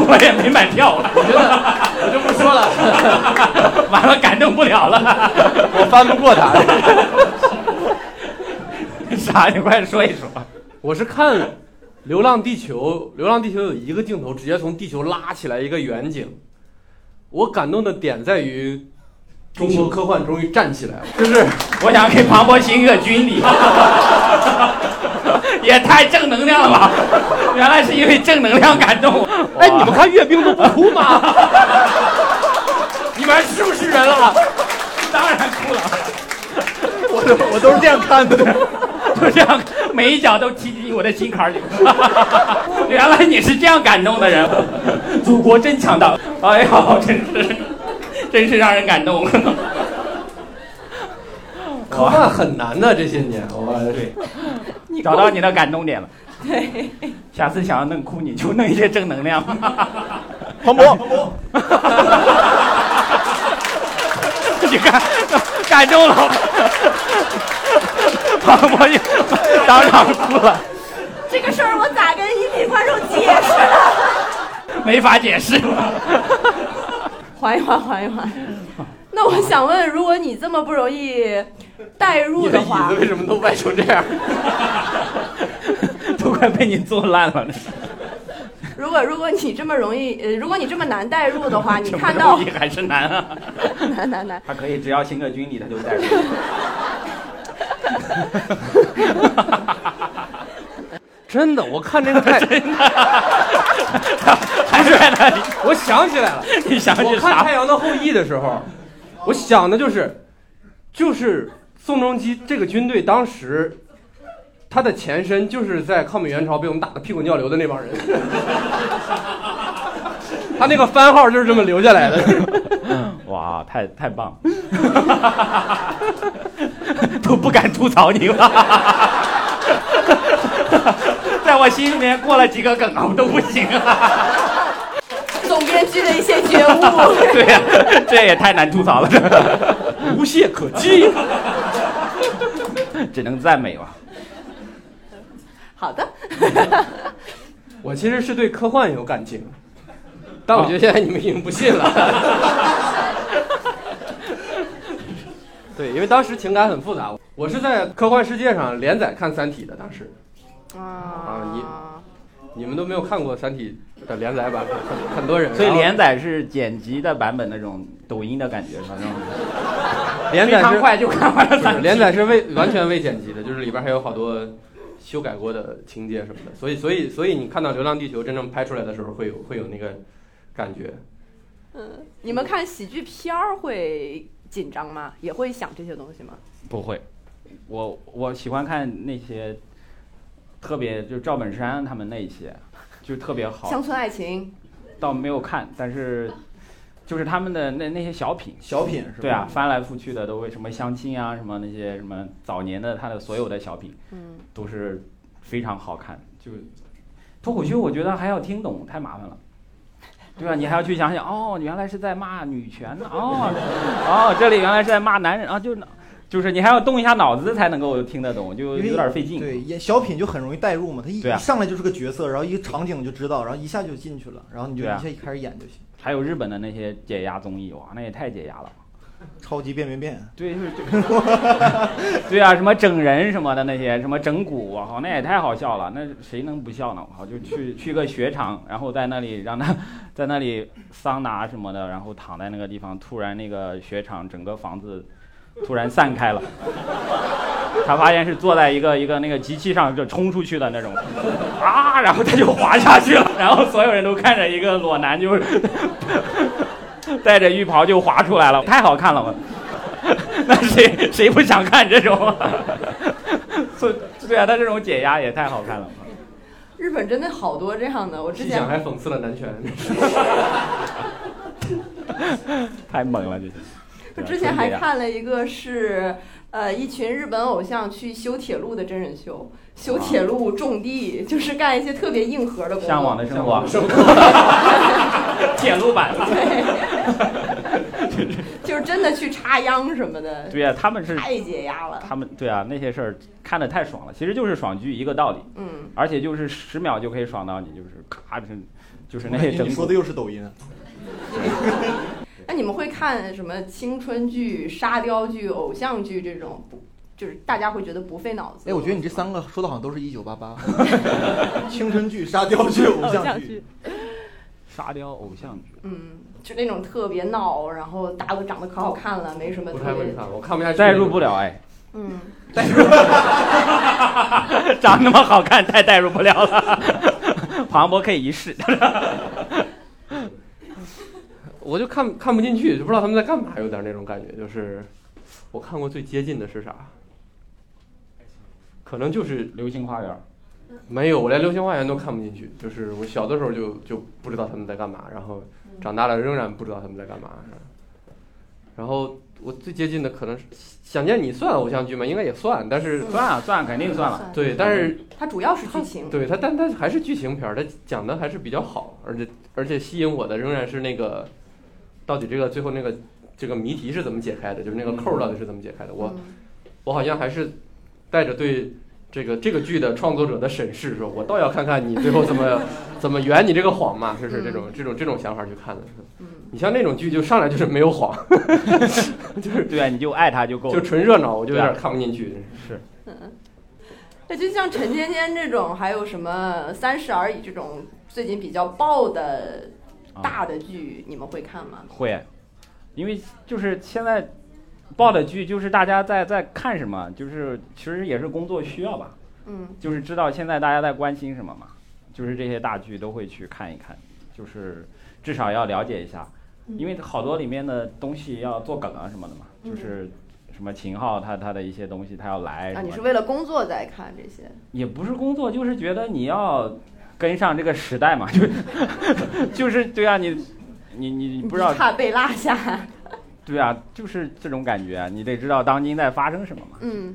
我也没买票， 我觉得我就不说了，完了感动不了了， 我翻不过他。啥？你快说一说。我是看《流浪地球》，《流浪地球》有一个镜头直接从地球拉起来一个远景，我感动的点在于，中国科幻终于站起来了，就是我想给庞博行一个 军礼，也太正能量了吧！原来是因为正能量感动。哎，你们看阅兵都不哭 吗？ 你们是不是人了？当然哭了，我都我都是这样看的。就这样，每一脚都踢进我的心坎里。 原来你是这样感动的人，祖国真强大！哎呀，真是，真是让人感动。 科幻很难的这些年，我对， 找到你的感动点了。对，下次想要弄哭你就弄一些正能量。庞 博，你看，感动了， 庞博就 当场哭了，这个事儿我咋跟音频观众解释 呢？没法解释 了。缓一缓，缓一缓。那我想问，如果你这么不容易代入你的的椅话子，为什么都歪成这样？都快被你坐烂了，如果如果你这么容易，呃，如果你这么难代入的话，你 这看不到容易还是难啊。 难难难，他可以只要行个军礼，他就带入。真的，我看这个 太， 还是在那里，我想起来了。你想我起看《太啥？阳的后裔》的时候， 我想的就是，就是宋仲基这个军队当时，他的前身就是在抗美援朝被我们打得屁滚尿流的那帮人，他那个番号就是这么留下来的。 哇，太太棒了， 都不敢吐槽你了。 在我心里面过了几个梗啊，我都不行啊了。总编剧的一些觉悟。 对呀、这也太难吐槽了， 无懈可击。只能赞美吧。好的，我其实是对科幻有感情，但我觉得现在你们已经不信了。 对，因为当时情感很复杂，我是在科幻世界上连载看《三体》的，当时。啊，你们都没有看过《三体》的连载版，很很多人，所以然后连载是剪辑的版本那种抖音的感觉，反 正连载非常是快就看完了不是 三。连载是未完全未剪辑的，就是里边还有好多修改过的情节什么的，所以所以所以你看到《流浪地球》真正拍出来的时候，会有会有那个感觉。你们看喜剧片儿会紧张吗？也会想这些东西吗？不会，我我喜欢看那些特别就赵本山他们那一些，就特别好，乡村爱情，倒没有看，但是就是他们的那那些小品，小品是吧？对啊，，翻来覆去的都为什么相亲啊，什么那些什么早年的他的所有的小品嗯，都是非常好看。就脱口秀，我觉得还要听懂，太麻烦了。对啊吧？你还要去想想，哦，原来是在骂女权呢， 哦，哦，这里原来是在骂男人啊，就就是你还要动一下脑子才能够听得懂，就因为有点费劲。对，演小品就很容易代入嘛，他一、对啊一上来就是个角色，然后一个场景就知道，然后一下就进去了，然后你就对啊一下一开始演就行。还有日本的那些解压综艺，哇，那也太解压了。超级变变变，对，就是就 对啊，什么整人什么的那些，什么整蛊，我靠，那也太好笑了，那谁能不笑呢？我靠，就去去个雪场，然后在那里让他在那里桑拿什么的，然后躺在那个地方，突然那个雪场整个房子突然散开了，他发现是坐在一个一个那个机器上就冲出去的那种，啊，然后他就滑下去了，然后所有人都看着一个裸男就是 带着浴袍就滑出来了，太好看了，我。 那谁谁不想看这种？ 所以对啊，他这种解压也太好看了。日本真的好多这样的，我之细前想还讽刺了 男权，太猛了，这是。我对啊之前还真解压看了一个是，呃，一群日本偶像去修铁路的真人秀，修铁路、种地，就是干一些特别硬核的工作。向往的生活， 铁路版。就是真的去插秧什么的，对啊，他们是太解压了。他们对啊，那些事儿看的太爽了，其实就是爽剧一个道理，嗯，而且就是十秒就可以爽到你，就是咔，就是就是那些整哎你说的蛊。又是抖音，那你们会看什么青春剧、沙雕剧、偶像剧这种不？就是大家会觉得不费脑子。哎，我觉得你这三个说的好像都是一九八 八，青春剧、沙雕剧、偶像剧，沙雕偶像剧，嗯，就那种特别闹，然后大家都长得可好看了，没什么不特太会别。看，我看不下去。代入不了哎，嗯， 长那么好看太代入不了了。庞博可以一试，我就看看不进去，就不知道他们在干嘛，有点那种感觉。就是我看过最接近的是啥？可能就是流星花园》。没有，我连《流星花园》都看不进去。就是我小的时候就就不知道他们在干嘛，然后长大了仍然不知道他们在干嘛。然后我最接近的可能是《想见你》算偶像剧吗？应该也算，但是算啊算啊，肯定算了。对，但是它主要是剧情。对它，但它还是剧情片儿，它讲的还是比较好，而且而且吸引我的仍然是那个，到底这个最后那个这个谜题是怎么解开的，就是那个扣儿到底是怎么解开的。我嗯我好像还是带着对这个这个剧的创作者的审视，说我倒要看看你最后怎么 怎么圆你这个谎嘛，就是这种这种这种想法去看的。嗯，你像那种剧就上来就是没有谎， 就是对啊，你就爱他就够就了。啊纯热闹，我就有点看不进去。那就像陈芊芊这种，还有什么《三十而已》这种最近比较爆的啊大的剧，你们会看吗？会，因为就是现在爆的剧，就是大家在在看什么，就是其实也是工作需要吧，嗯就是知道现在大家在关心什么嘛，就是这些大剧都会去看一看，就是至少要了解一下，嗯因为好多里面的东西要做梗啊什么的嘛，就是什么秦昊他他的一些东西他要来嗯啊，什你么是的，为了工作在看这些？也不是工作，就是觉得你要跟上这个时代嘛，就是就是 对啊，你你你不知道你怕被落下。对啊，就是这种感觉啊，你得知道当今在发生什么嘛。嗯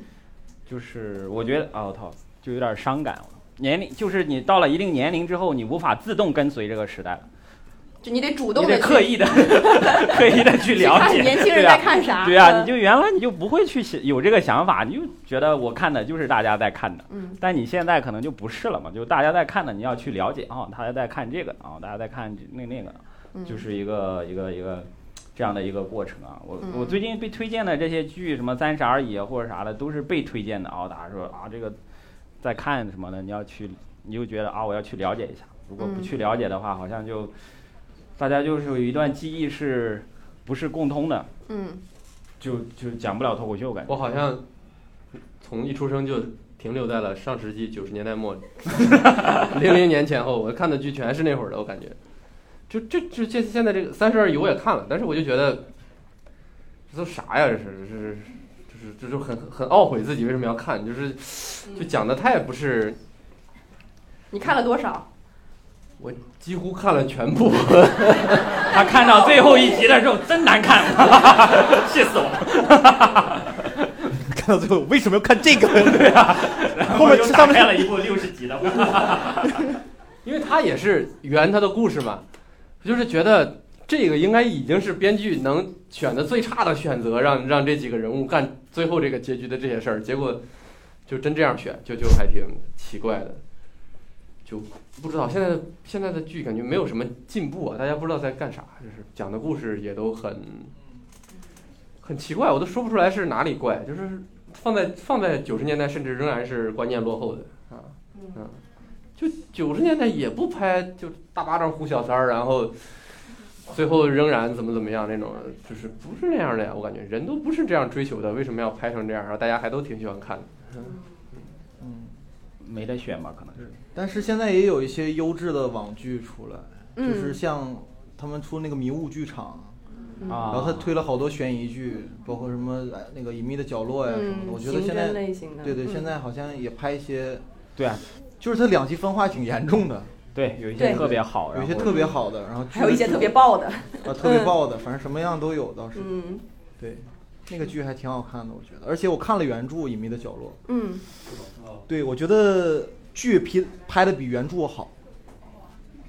就是我觉得，啊，我操，就有点伤感了。年龄就是你到了一定年龄之后，你无法自动跟随这个时代了， 就你得主你动的得刻 意的、刻意的去去了看解年轻人对啊在看啥。对啊，嗯你就原来你就不会去想有这个想法，你就觉得我看的就是大家在看的，嗯但你现在可能就不是了嘛，就大家在看的，你要去了解啊、哦，大家在看这个啊、哦，大家在看这那那个，嗯就是一个一个一个这样的一个过程啊。我我嗯最近被推荐的这些剧，什么《三十而已》啊或者啥的，都是被推荐的啊。大家说啊，这个在看什么的，你要去，你就觉得啊，我要去了解一下。如果不嗯去了解的话，好像就大家就是有一段记忆是不是共通的，嗯，就就讲不了脱口秀感觉。我好像从一出生就停留在了上世纪九十年代末，零零年前后，我看的剧全是那会儿的，我感觉。就这就现现在这个《三十而已》我也看了，但是我就觉得这都啥呀？这是这是就是这就很很懊悔自己为什么要看，就是就讲的太不是，你看了多少？我几乎看了全部，他看到最后一集的时候真难看， 气死我了。看到最后为什么要看 这个？后后面面啊又上打面开了一部六十集的， 因为他也是圆他的故事嘛，就是觉得这个应该已经是编剧能选的最差的选择，让让这几个人物干最后这个结局的这些事儿，结果就真这样选，就就还挺奇怪的，就不知道现在的现在的剧感觉没有什么进步啊，大家不知道在干啥，就是讲的故事也都很很奇怪，我都说不出来是哪里怪，就是放在放在九十年代，甚至仍然是观念落后的啊。就九十年代也不拍，就大巴掌呼小三儿，然后最后仍然怎么怎么样那种，就是不是那样的呀？我感觉人都不是这样追求的，为什么要拍成这样？然后大家还都挺喜欢看的。嗯，没得选吧？可能是。但是现在也有一些优质的网剧出来，嗯就是像他们出那个《迷雾剧场》，嗯啊，然后他推了好多悬疑剧，包括什么哎那个《隐秘的角落》呀什么的。嗯我觉得现在刑侦类型的对对，嗯现在好像也拍一些，对啊，就是它两极分化挺严重的，对，有一些对特别好，有一些然后特别好的，然后还有一些剧特别爆的，啊特别 爆的，反正什么样都有，倒是嗯对。那个剧还挺好看的，我觉得，而且我看了原著《隐秘的角落》，嗯，对我觉得剧拍拍的比原著好，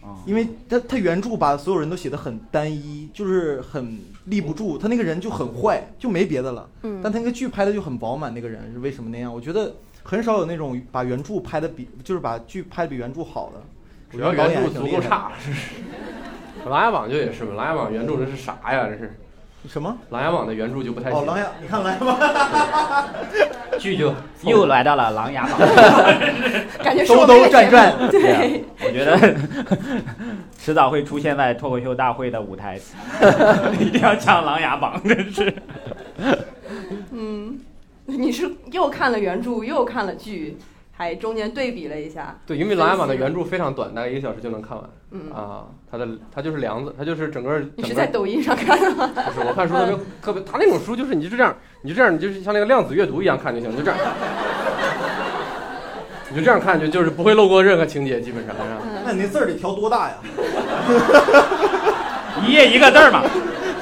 啊，因为他他原著把所有人都写的很单一，就是很立不住，他那个人就很坏，就没别的了。嗯但他那个剧拍的就很饱满，那个人是为什么那样？我觉得很少有那种把原著拍的比，就是把剧拍的比原著好的。只要我觉得导演原还著挺足厉够害的。差，琅琊榜就也是嘛，琅琊榜原著这是啥呀？这是什么？琅琊榜的原著就不太哦，行，琅琊，你看琅琊榜，剧就嗯又来到了琅琊 榜。嗯感觉是兜我们兜这个节目转 转，对啊对，我觉 得迟早会出现在脱口秀大会的舞 台，一定要唱《琅琊榜》，真 是。嗯， 你是又看了原著又看了剧，还中间对比了一下，对，因为琅琊榜的原著非常短，大概一个小时就能看完。嗯啊，它的它就是梁子，它就是整个你是整在个抖音上看的吗？ 不是，我看书特别特别，他那种书就是你就这样，你就这样，你就是像那个量子阅读一样看就行，你就这样，你就这样看就就是不会漏过任何情节，基本上是吧。那你那字儿得调多大呀？一页一个字儿嘛。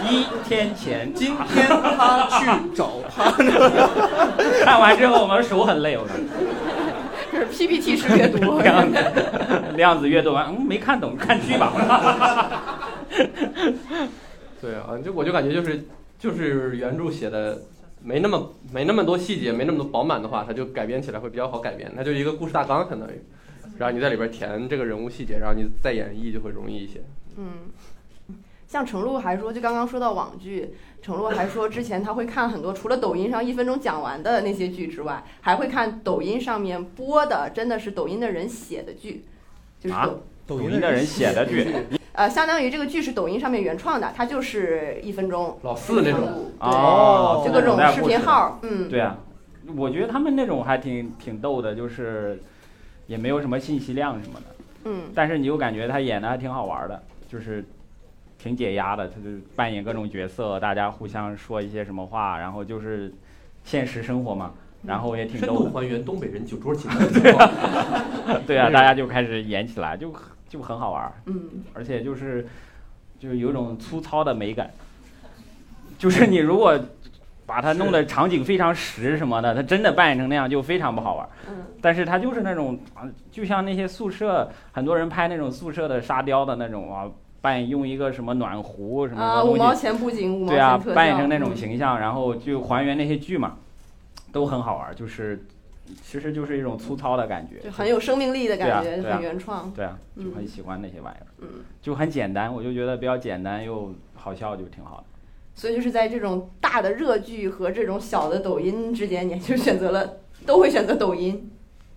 一天前，今天他去找他， 看完之后我们手很累，我看。，就是 PPT 式阅读 量子量子阅读完，嗯，没看懂，看剧吧。 对啊，就我就感觉就是就是原著写的没那么没那么多细节，没那么多饱满的话，它就改编起来会比较好改编，它就是一个故事大纲相当于，然后你在里边填这个人物细节，然后你再演绎就会容易一些。嗯，像程璐还说，就刚刚说到网剧，程璐还说之前他会看很多，除了抖音上一分钟讲完的那些剧之外，还会看抖音上面播的，真的是抖音的人写的剧，就是啊抖抖音的人写的剧，呃，相当于这个剧是抖音上面原创的，它就是一分钟老四那种，哦对，就各种那视不止频号，嗯，对啊，我觉得他们那种还挺挺逗的，就是也没有什么信息量什么的，嗯，但是你又感觉他演的还挺好玩的，就是挺解压的，他就扮演各种角色，大家互相说一些什么话，然后就是现实生活嘛，嗯然后也挺深逗度的。还原东北人酒桌情 况。对啊，大家就开始演起来，就就很好玩儿，嗯，而且就是就是有一种粗糙的美感，就是你如果。把它弄得场景非常实什么的，它真的扮演成那样就非常不好玩儿。嗯，但是它就是那种，啊就像那些宿舍，很多人拍那种宿舍的沙雕的那种啊，扮演用一个什么暖壶什么啊，什五么毛东西，钱布景，五毛对啊钱特，效，扮演成那种嗯形象，然后就还原那些剧嘛，都很好玩儿，就是其实就是一种粗糙的感觉，就很有生命力的感对啊觉，对啊很原创，对啊，嗯就很喜欢那些玩意儿，嗯。就很简单，我就觉得比较简单又好笑，就挺好的。所以就是在这种大的热剧和这种小的抖音之间，你就选择了都会选择抖音。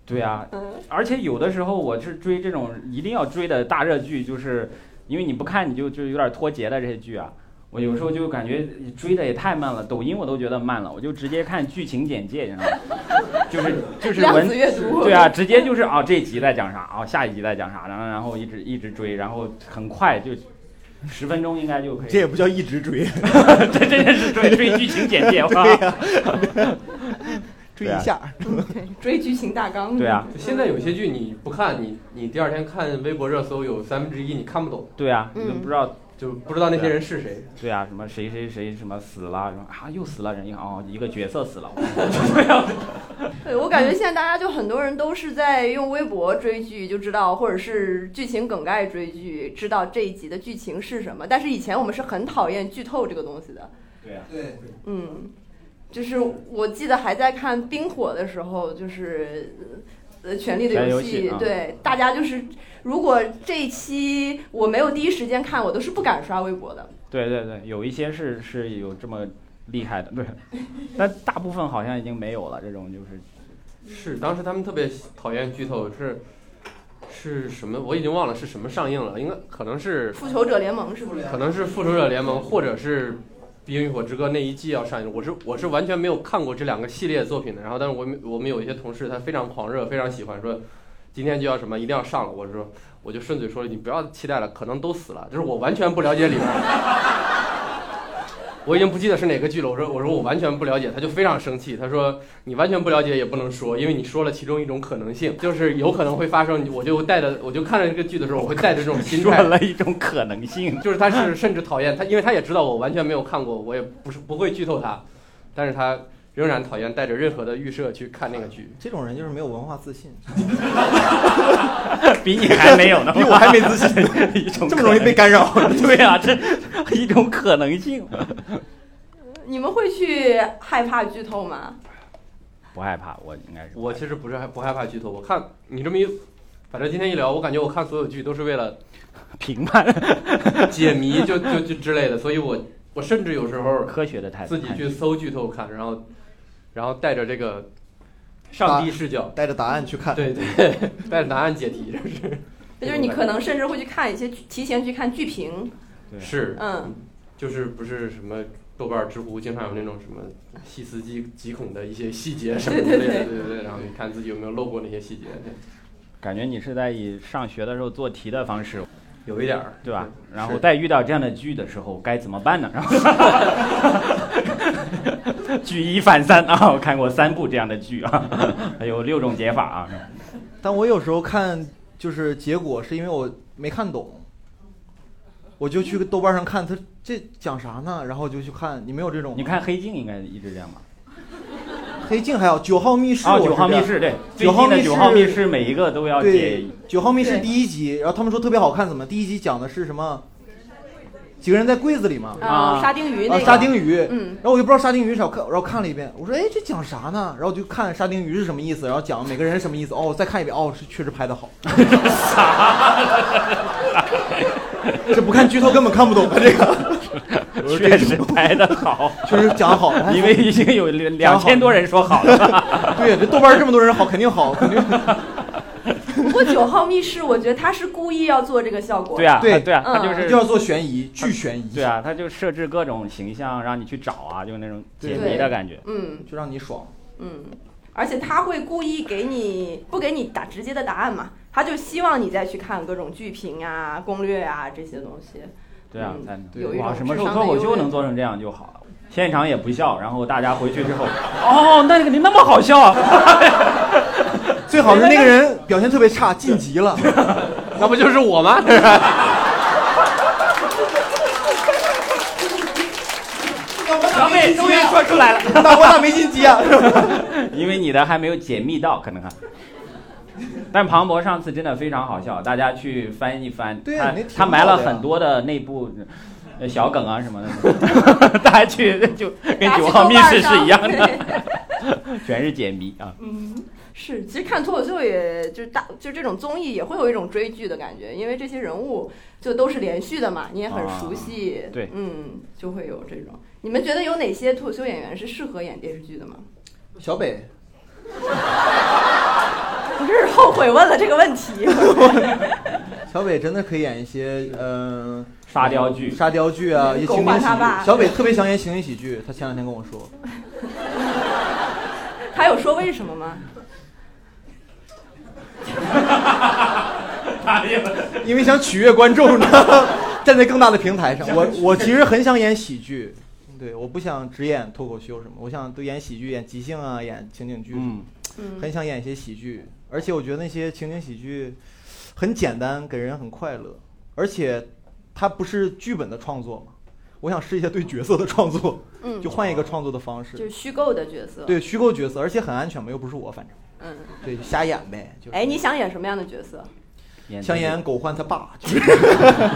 对啊，嗯而且有的时候我是追这种一定要追的大热剧，就是因为你不看你就就有点脱节的这些剧啊。我有时候就感觉追的也太慢了，抖音我都觉得慢了，我就直接看剧情简介，你知道吗？ 就是就是量文子阅读对啊，直接就是啊、这一集在讲啥啊、下一集在讲啥，然后然后一直一直追，然后很快就十分钟应该就可以。这也不叫一直追， 这这真是追追剧情简介，哇 对呀、追对啊一下。对，追剧情大纲。嗯对啊，现在有些剧你不看，你你第二天看微博热搜有三分之一你看不懂。对啊，嗯你都不知道就不知道那些人是谁。对啊，什么谁谁谁什么死了，什么啊又死了人一看哦，一个角色死了，这样对我感觉嗯现在大家就很多人都是在用微博追剧，就知道或者是剧情梗概追剧，知道这一集的剧情是什么。但是以前我们是很讨厌剧透这个东西的，对啊，对，嗯，就是我记得还在看《冰火》的时候，就是呃，《权力权的力游游戏戏》啊对大家就是，如果这一期我没有第一时间看，我都是不敢刷微博的。对对对，有一些是是有这么厉害的，对， 但大部分好像已经没有了这种就是是当时他们特别讨厌剧透，是是什么？我已经忘了是什么上映了，应该可能是复仇者联盟是不是？可能是《复仇者联盟》或者是《冰与火之歌》那一季要上映。我是我是完全没有看过这两个系列作品的。然后，但是我们我们有一些同事他非常狂热，非常喜欢，说今天就要什么一定要上了。我说我就顺嘴说了，你不要期待了，可能都死了。就是我完全不了解里边儿。我已经不记得是哪个剧了。我说我说我完全不了解，他就非常生气。他说你完全不了解也不能说，因为你说了其中一种可能性，就是有可能会发生。我就带着我就看着这个剧的时候，我会带着这种心说态了一种可 能性，就是他是甚至讨厌他，因为他也知道我完全没有看过，我也不是不会剧透他，但是他仍然讨厌带着任何的预设去看那个剧。这种人就是没有文化自信，比你还没有呢，比我还没自信， 一 种这么容易被干扰。可能性，对啊，这 一种可能性，你们会去害怕剧透吗？不害怕，我应该是我其实不是害不害怕剧透，我看你这么一，反正今天一聊，我感觉我看所有剧都是为了评判解谜，就 就就之类的，所以我我甚至有时候科学的态度，自己去搜剧透看，然后 然后带着这个上帝视角，带着答案去看，对对， 带着答案解题，这是那就是你可能甚至会去看一些提前去看剧评，对是嗯，就是不是什么豆瓣儿、知乎经常有那种什么细思极极恐的一些细节什么之类的，对对对，然后你看自己有没有漏过那些细节，感觉你是在以上学的时候做题的方式，有一点儿，对吧？是然后再遇到这样的剧的时候该怎么办呢？然 后举一反三啊，我看过三部这样的剧啊， 还有六种解法啊。但我有时候看就是结果，是因为我没看懂，我就去豆瓣上看他这讲啥呢，然后我就去看。你没有这种吗？你看《黑镜》应该一直这样吧？黑镜还有九号密室，啊，我是九号这密样室对，九号最密近的九号密室室每一个都要解对，九号密室对第一集，然后他们说特别好看，怎么？第一集讲的是什么？几个人在柜子里嘛，啊，啊沙丁鱼那啊，个，沙丁鱼，嗯然后我就不知道沙丁鱼是啥，我看然后看了一遍，我说哎这讲啥呢？然后我就看沙丁鱼是什么意思，然后讲每个人是什么意思，哦，再看一遍，哦，是确实拍的好，这不看剧透根本看不懂啊，这个确实拍的好，确实讲得好， 哎因为已经有两千多人说 好了。对，这豆瓣这么多人好，肯定 好，肯定不过九号密室，我觉得他是故意要做这个效果。对啊，对他对啊，嗯他就就是要做悬疑，巨悬疑，对，啊，他就设置各种形象让你去找啊，就那种解对谜的感觉。嗯就让你爽，嗯，而且他会故意给你不给你打直接的答案嘛，他就希望你再去看各种剧评啊、攻略啊这些东西。对啊，嗯才对有一哇，种什么时智候商脱的优口秀越能做成这样就好了，现场也不笑，然后大家回去之后，哦，那个你那么好笑啊， 最好是那个人表现特别差，晋级了。那不就是我吗？咱们也终于说出来了，大我咋没进机啊？因为你的还没有解密到，可能还。但庞博上次真的非常好笑，大家去翻一翻，对他那挺他埋了好的呀很多的内部呃小梗啊什么 的，大家去就跟九号密室是一样的，全是解谜啊。嗯， 是，其实看脱口秀也就是大，就这种综艺也会有一种追剧的感觉，因为这些人物就都是连续的嘛，你也很熟悉。啊对嗯，就会有这种。你们觉得有哪些脱口秀演员是适合演电视剧的吗？小北，我真是后悔问了这个问题。 小北真的可以演一些嗯、呃、沙雕剧沙雕剧啊，一些嗯狗情景换喜他爸剧。小北特别想演情景喜剧，他前两天跟我说， 他有说为什么吗？因为想取悦观众，你知道吗 站在更大的平台上。 我我其实很想演喜剧，对，我不想只演脱口秀什么，我想都演喜剧，演即兴啊，演情景剧什么，嗯，嗯，很想演一些喜剧。而且我觉得那些情景喜剧很简单，给人很快乐，而且它不是剧本的创作嘛，我想试一下对角色的创作，嗯，就换一个创作的方式，就是虚构的角色。，对虚构角色，而且很安全嘛，又不是我，反正嗯，对瞎演呗。就是、哎，你想演什么样的角色？演想这个演狗焕他爸，就是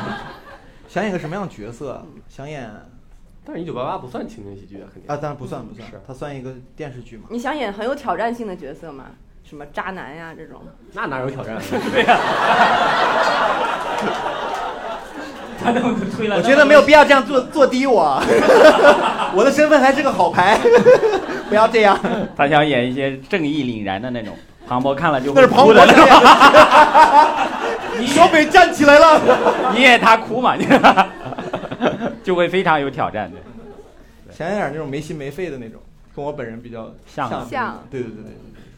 想演个什么样的角色？想演啊，但是《一九八八》不算情景喜剧啊，肯定。当然不算不嗯算是，它算一个电视剧嘛。你想演很有挑战性的角色吗？什么渣男呀、这种？那哪有挑战啊？他都推了，我觉得没有必要这样做做低 我，我的身份还是个好牌，不要这样。他想演一些正义凛然的那种，庞博看了就那会是庞哭博的那种。 的，小北站起来了。你演他哭嘛，你 就会非常有挑战的。想演点那种没心没肺的那种，跟我本人比较像像。像对对对对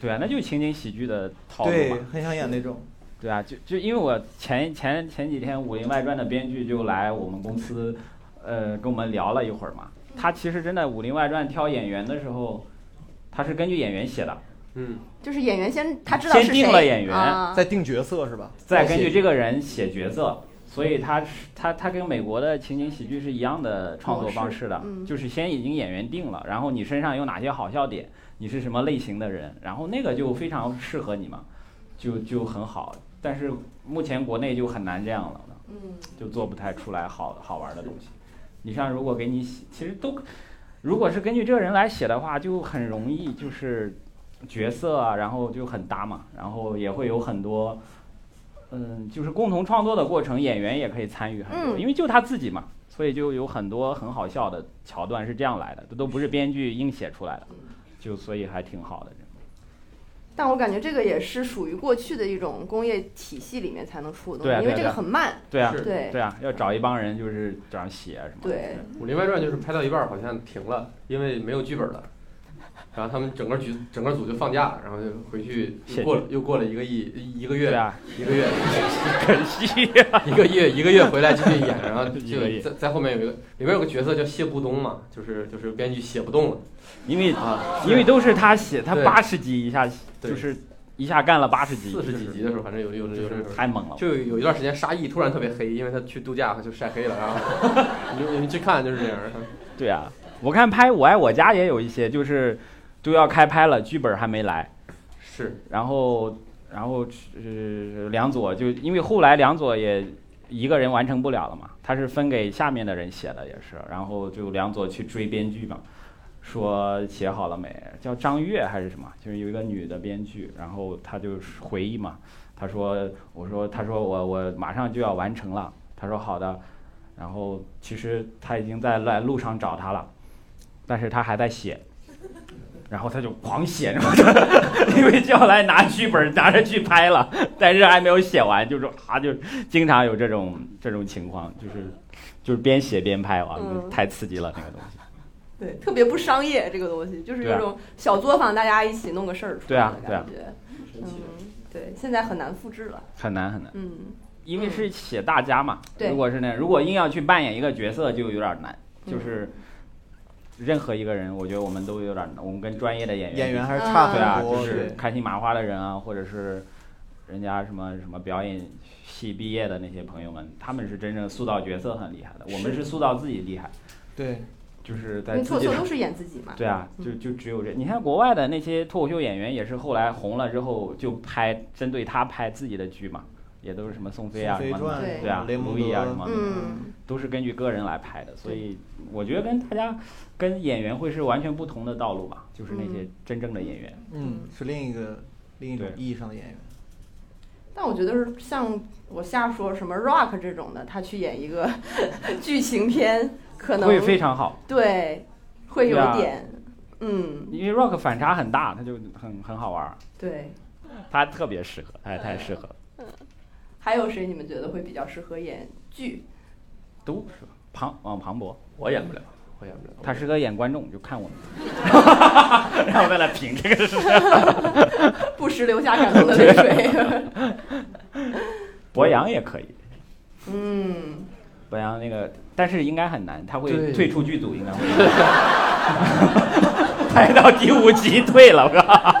对啊，那就是情景喜剧的套路嘛。对，很想演那种。对啊，就就因为我前前前几天《武林外传》的编剧就来我们公司，呃，跟我们聊了一会儿嘛。他其实真的《武林外传》挑演员的时候，他是根据演员写的，嗯，就是演员先他知道是谁先定了演员啊在定角色是吧？嗯再根据这个人写角色，所以他是他他跟美国的情景喜剧是一样的创作方式的模式，嗯就是先已经演员定了，然后你身上有哪些好笑点，你是什么类型的人，然后那个就非常适合你嘛，就就很好。但是目前国内就很难这样了，嗯，就做不太出来好好玩的东西。你像如果给你写，其实都如果是根据这个人来写的话，就很容易就是角色啊，然后就很搭嘛，然后也会有很多。嗯，就是共同创作的过程，演员也可以参与很多，嗯因为就他自己嘛，所以就有很多很好笑的桥段是这样来的，这都不是编剧硬写出来的，就所以还挺好的。但我感觉这个也是属于过去的一种工业体系里面才能出的东对啊西，因为对这个啊对啊很慢。 对啊，是对对啊，要找一帮人就是这样写什么的。对， 《武林外传》就是拍到一半儿好像停了，因为没有剧本了。然后他们整个局整个组就放假，然后就回去谢谢过了又过了一个一一个对月，啊，一个月可惜。 一个月一个月回来继续演，然后一个就月在在后面有一个里面有个角色叫谢步东嘛，就是就是编剧写不动了因为啊，因为都是他写，他对八十集一下对就是一下干了八十集，四十几集的时候，反正有有有就有是这太猛了。就有一段时间沙溢突然特别黑，因为他去度假就晒黑了，然后 你们你们去看就是这样，对啊，我看拍《我爱我家》也有一些，就是都要开拍了，剧本还没来，是 然后然后呃梁左就因为后来梁左也一个人完成不了了嘛，他是分给下面的人写的也是，然后就梁左去追编剧嘛，说写好了没？叫张悦还是什么？就是有一个女的编剧，然后她就是回忆嘛，她说我说她说我我马上就要完成了，她说好的，然后其实他已经在来路上找他了，但是他还在写。然后他就狂写，然后 因为叫来拿剧本，拿着去拍了，但是还没有写完，就是啊，就经常有这种这种情况，就是就是边写边拍，哇，嗯太刺激了那个东西。对，特别不商业这个东西，就是有对啊种小作坊，大家一起弄个事儿出对来啊的对啊感觉。神奇嗯的。，对，现在很难复制了。很难很难，嗯，因为是写大家嘛。对如果是那，如果硬要去扮演一个角色，就有点难，嗯就是。任何一个人，我觉得我们都有点难，我们跟专业的演员演比员还是差对啊，很就多，是对开心麻花的人啊，或者是人家什么什么表演系毕业的那些朋友们，他们是真正塑造角色很厉害的，我们是塑造自己厉害，对，就是因在为自做己错的都是演自己嘛。对啊，就就只有这。你看国外的那些脱口秀演员，也是后来红了之后就拍针对他拍自己的剧嘛，也都是什么宋飞啊宋什飞么的，传对对啊，雷蒙路易啊德什么的，嗯，都是根据个人来拍的，所以我觉得跟大家跟演员会是完全不同的道路吧，就是那些真正的演员。嗯，是另一个另一种对意义上的演员。但我觉得是像我瞎说什么 rock 这种的，他去演一个 剧情片，可能会非常好，对，会有对啊点，嗯，因为 rock 反差很大，它就很很好玩儿，对。它特别适合，太太适合了，还有谁你们觉得会比较适合演 剧？都适合。庞啊庞博，我演不了，我演不了。他适合演观众，就看我们， 然后在那评这个事。不时留下感动 的泪水。博洋也可以，嗯，博洋那个，但是应该很难，他会对退出剧组，应该会。 拍到第五集退了，我靠！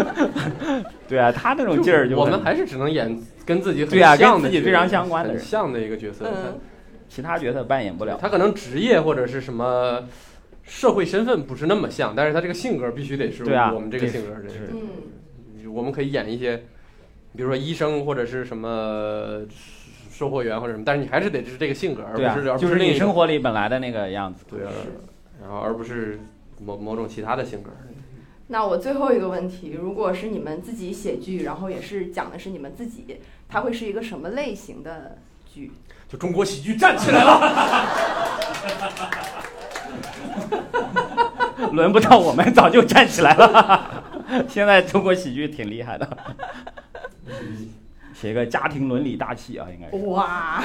对啊，他那种劲儿就我们很还是只能演跟自己很对啊像跟的自己角非色常相关的很人像的一个角色。嗯其他角色扮演不他了。他可能职业或者是什么社会身份不是那么像，但是他这个性格必须得是对啊我们这个性格的是人。嗯我们可以演一些，比如说医生或者是什么售货员或者什么，但是你还是得是这个性格，而对不是啊，而不就是是另你一种生活里本来的那个样子。对啊，然后而不是某某种其他的性格。那我最后一个问题，如果是你们自己写剧，然后也是讲的是你们自己，它会是一个什么类型的剧？就中国喜剧站起来了，轮不到我们，早就站起来了。 现在中国喜剧挺厉害的，嗯写一个家庭伦理大戏啊，应该是。哇，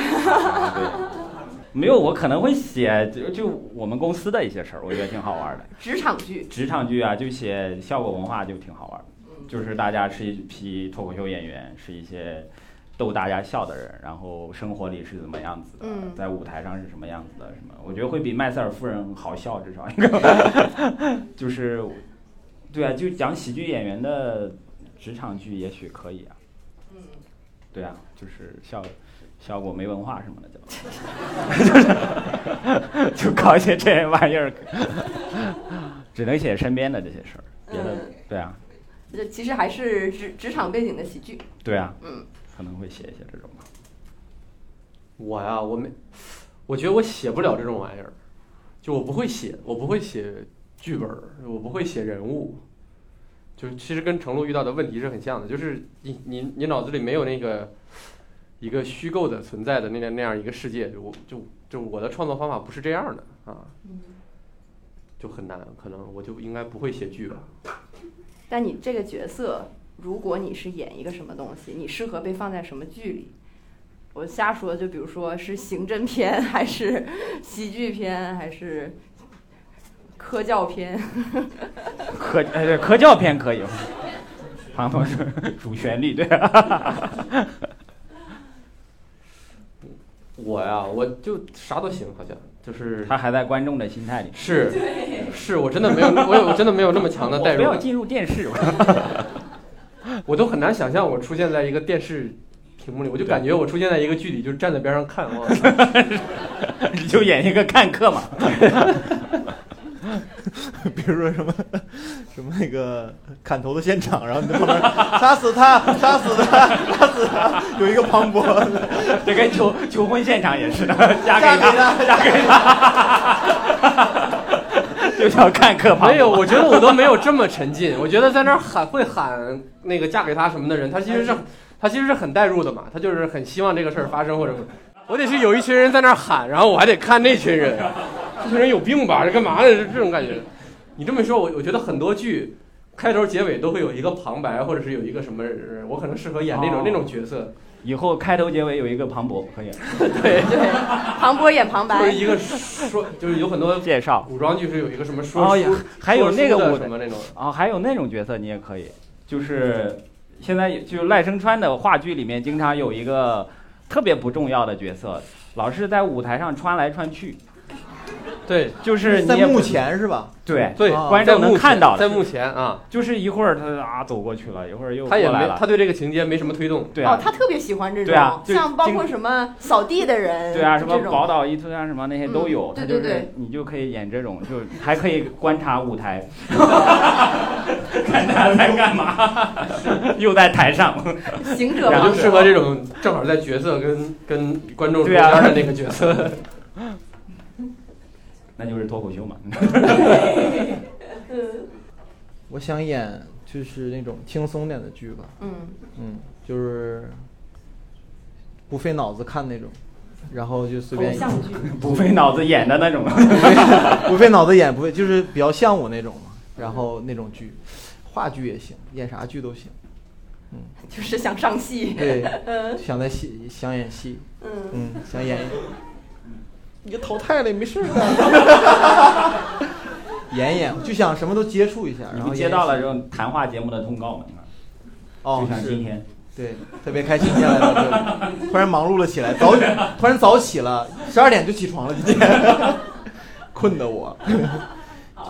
没有，我可能会写就就我们公司的一些事儿，我觉得挺好玩的。职场剧，职场剧啊，就写效果文化就挺好玩的，就是大家是一批脱口秀演员，是一些逗大家笑的人，然后生活里是怎么样子的，嗯在舞台上是什么样子的，什么，我觉得会比麦瑟尔夫人好笑，至少一 个，就是，对啊，就讲喜剧演员的职场剧也许可以啊，嗯，对啊，就是效效果没文化什么的就，就是 就搞一些这玩意儿， 只能写身边的这些事儿，别的、嗯对啊，这其实还是职职场背景的喜剧。对啊，嗯，可能会写一些这种吧。我呀、我没，我觉得我写不了这种玩意儿，就我不会写，我不会写剧本儿，我不会写人物，就其实跟程璐遇到的问题是很像的，就是你你你脑子里没有那个一个虚构的存在的那样那样一个世界，就我就就我的创作方法不是这样的啊，嗯就很难，可能我就应该不会写剧吧。但你这个角色，如果你是演一个什么东西，你适合被放在什么剧里？我瞎说，就比如说是刑侦片， 还是喜剧片，还是科教片？科哎对科教片可以，庞同是主旋律对啊，我呀，我就啥都行，好像就是他还在观众的心态里。是是，我真的没有，我有我真的没啊有那么强的代我不入要感。进入电视，我都很难想象我出现在一个电视屏幕里，我就感觉我出现在一个剧里，就站在边上看。我操你就演一个看客嘛。 比如说什么什么那个砍头的现场，然后你在旁 边杀死他，杀死他，杀死他，有一个庞博，这跟求求婚现场也是的，嫁嫁给给他，他，嫁给他， 就叫看客旁没有，我觉得我都没有这么沉浸。我觉得在那儿喊会喊那个嫁给他什么的人，他其实是他其实是很代入的嘛，他就是很希望这个事儿发生或者。我得是有一群人在那儿喊，然后我还得看那群人，这群人有病吧？这干嘛呢？这这种感觉。你这么一说，我我觉得很多剧开头结尾都会有一个旁白，或者是有一个什么人，我可能适合演那种、哦那种角色，以后开头结尾有一个庞博可以对，对，庞博演旁就是白，一个说，就是有很多介绍古装剧是有一个什么说哦书，呀还说有书那个的舞什么那种，啊、哦，还有那种角色你也可以，就是现在就是赖声川的话剧里面经常有一个特别不重要的角色，老是在舞台上穿来穿去，对就是你 在也不幕前是吧？对。对，啊观众能看到在的，幕前啊，就是一会儿他啊走过去了，一会儿又过他也来没了哦他，对这个情节没什么推动，对哦啊，，他特别喜欢这种，对啊就像包括什么扫地的人， 对啊，什么这种宝岛一村啊，什么那些都有，嗯他对就对是对你就可以演这种，就还可以观察舞台， 看他在干嘛，又在台上，行者然我后王就适合这种正好在角色跟跟观众中对啊间的那个角色，那就是脱口 秀嘛。我想演就是那种轻松点的剧吧，嗯，嗯，就是不费脑子看那种，然后就随偶便像剧，不费脑子演的那种， 不费脑子演，不费就是比较像我那种嘛，然后那种剧，话剧也行，演啥剧都行。就是想上戏，对，嗯想在戏想演戏，嗯，嗯，想演。你就淘汰了也没事儿的。 演一演，就想什么都接触一下，你然不后接到了演这一演种谈话节目的通告嘛？你看哦就，像今是，天，对，特别开心今天来到这里，突然忙碌了起来， 早突 然早起了，十二点就起床了，今天，困的我，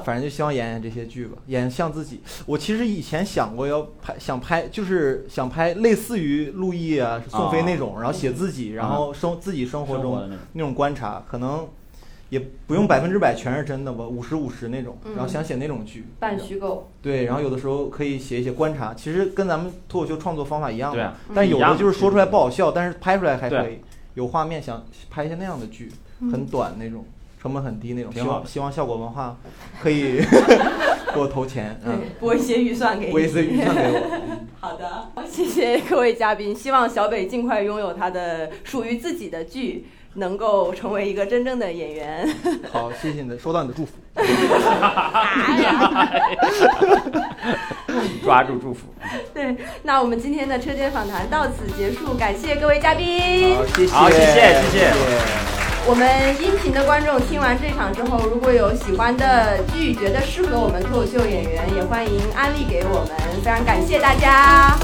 反正就希望演演这些剧吧，演像自己。我其实以前想过要拍，想拍就是想拍类似于陆毅啊、宋飞那种，然后写自己，然后生自己生活啊生活中的那种那种观察，可能也不用百分之百全是真的吧，五十五十那种。嗯然后想写那种剧，半虚构，对，然后有的时候可以写一些观察，其实跟咱们脱口秀创作方法一样对嘛啊。但有一样的的就是说出来不好笑，但是拍出来还可对啊以，有画面，想拍一些那样的剧，很短那种，成本很低那种。希挺好望的希望效果文化可 以给我投钱，嗯，拨一些预算给你。拨一次预算给我。好的，谢谢各位嘉宾，希望小北尽快拥有他的属于自己的剧，能够成为一个真正的演员。 好，谢谢你的，收到你的祝福。抓住祝福。对，那我们今天的车间访谈到此结束，感谢各位嘉宾。好，谢谢，好谢谢谢谢我们音频的观众听完这场之后，如果有喜欢的剧，觉得适合我们脱口秀演员，也欢迎安利给我们，非常感谢大家。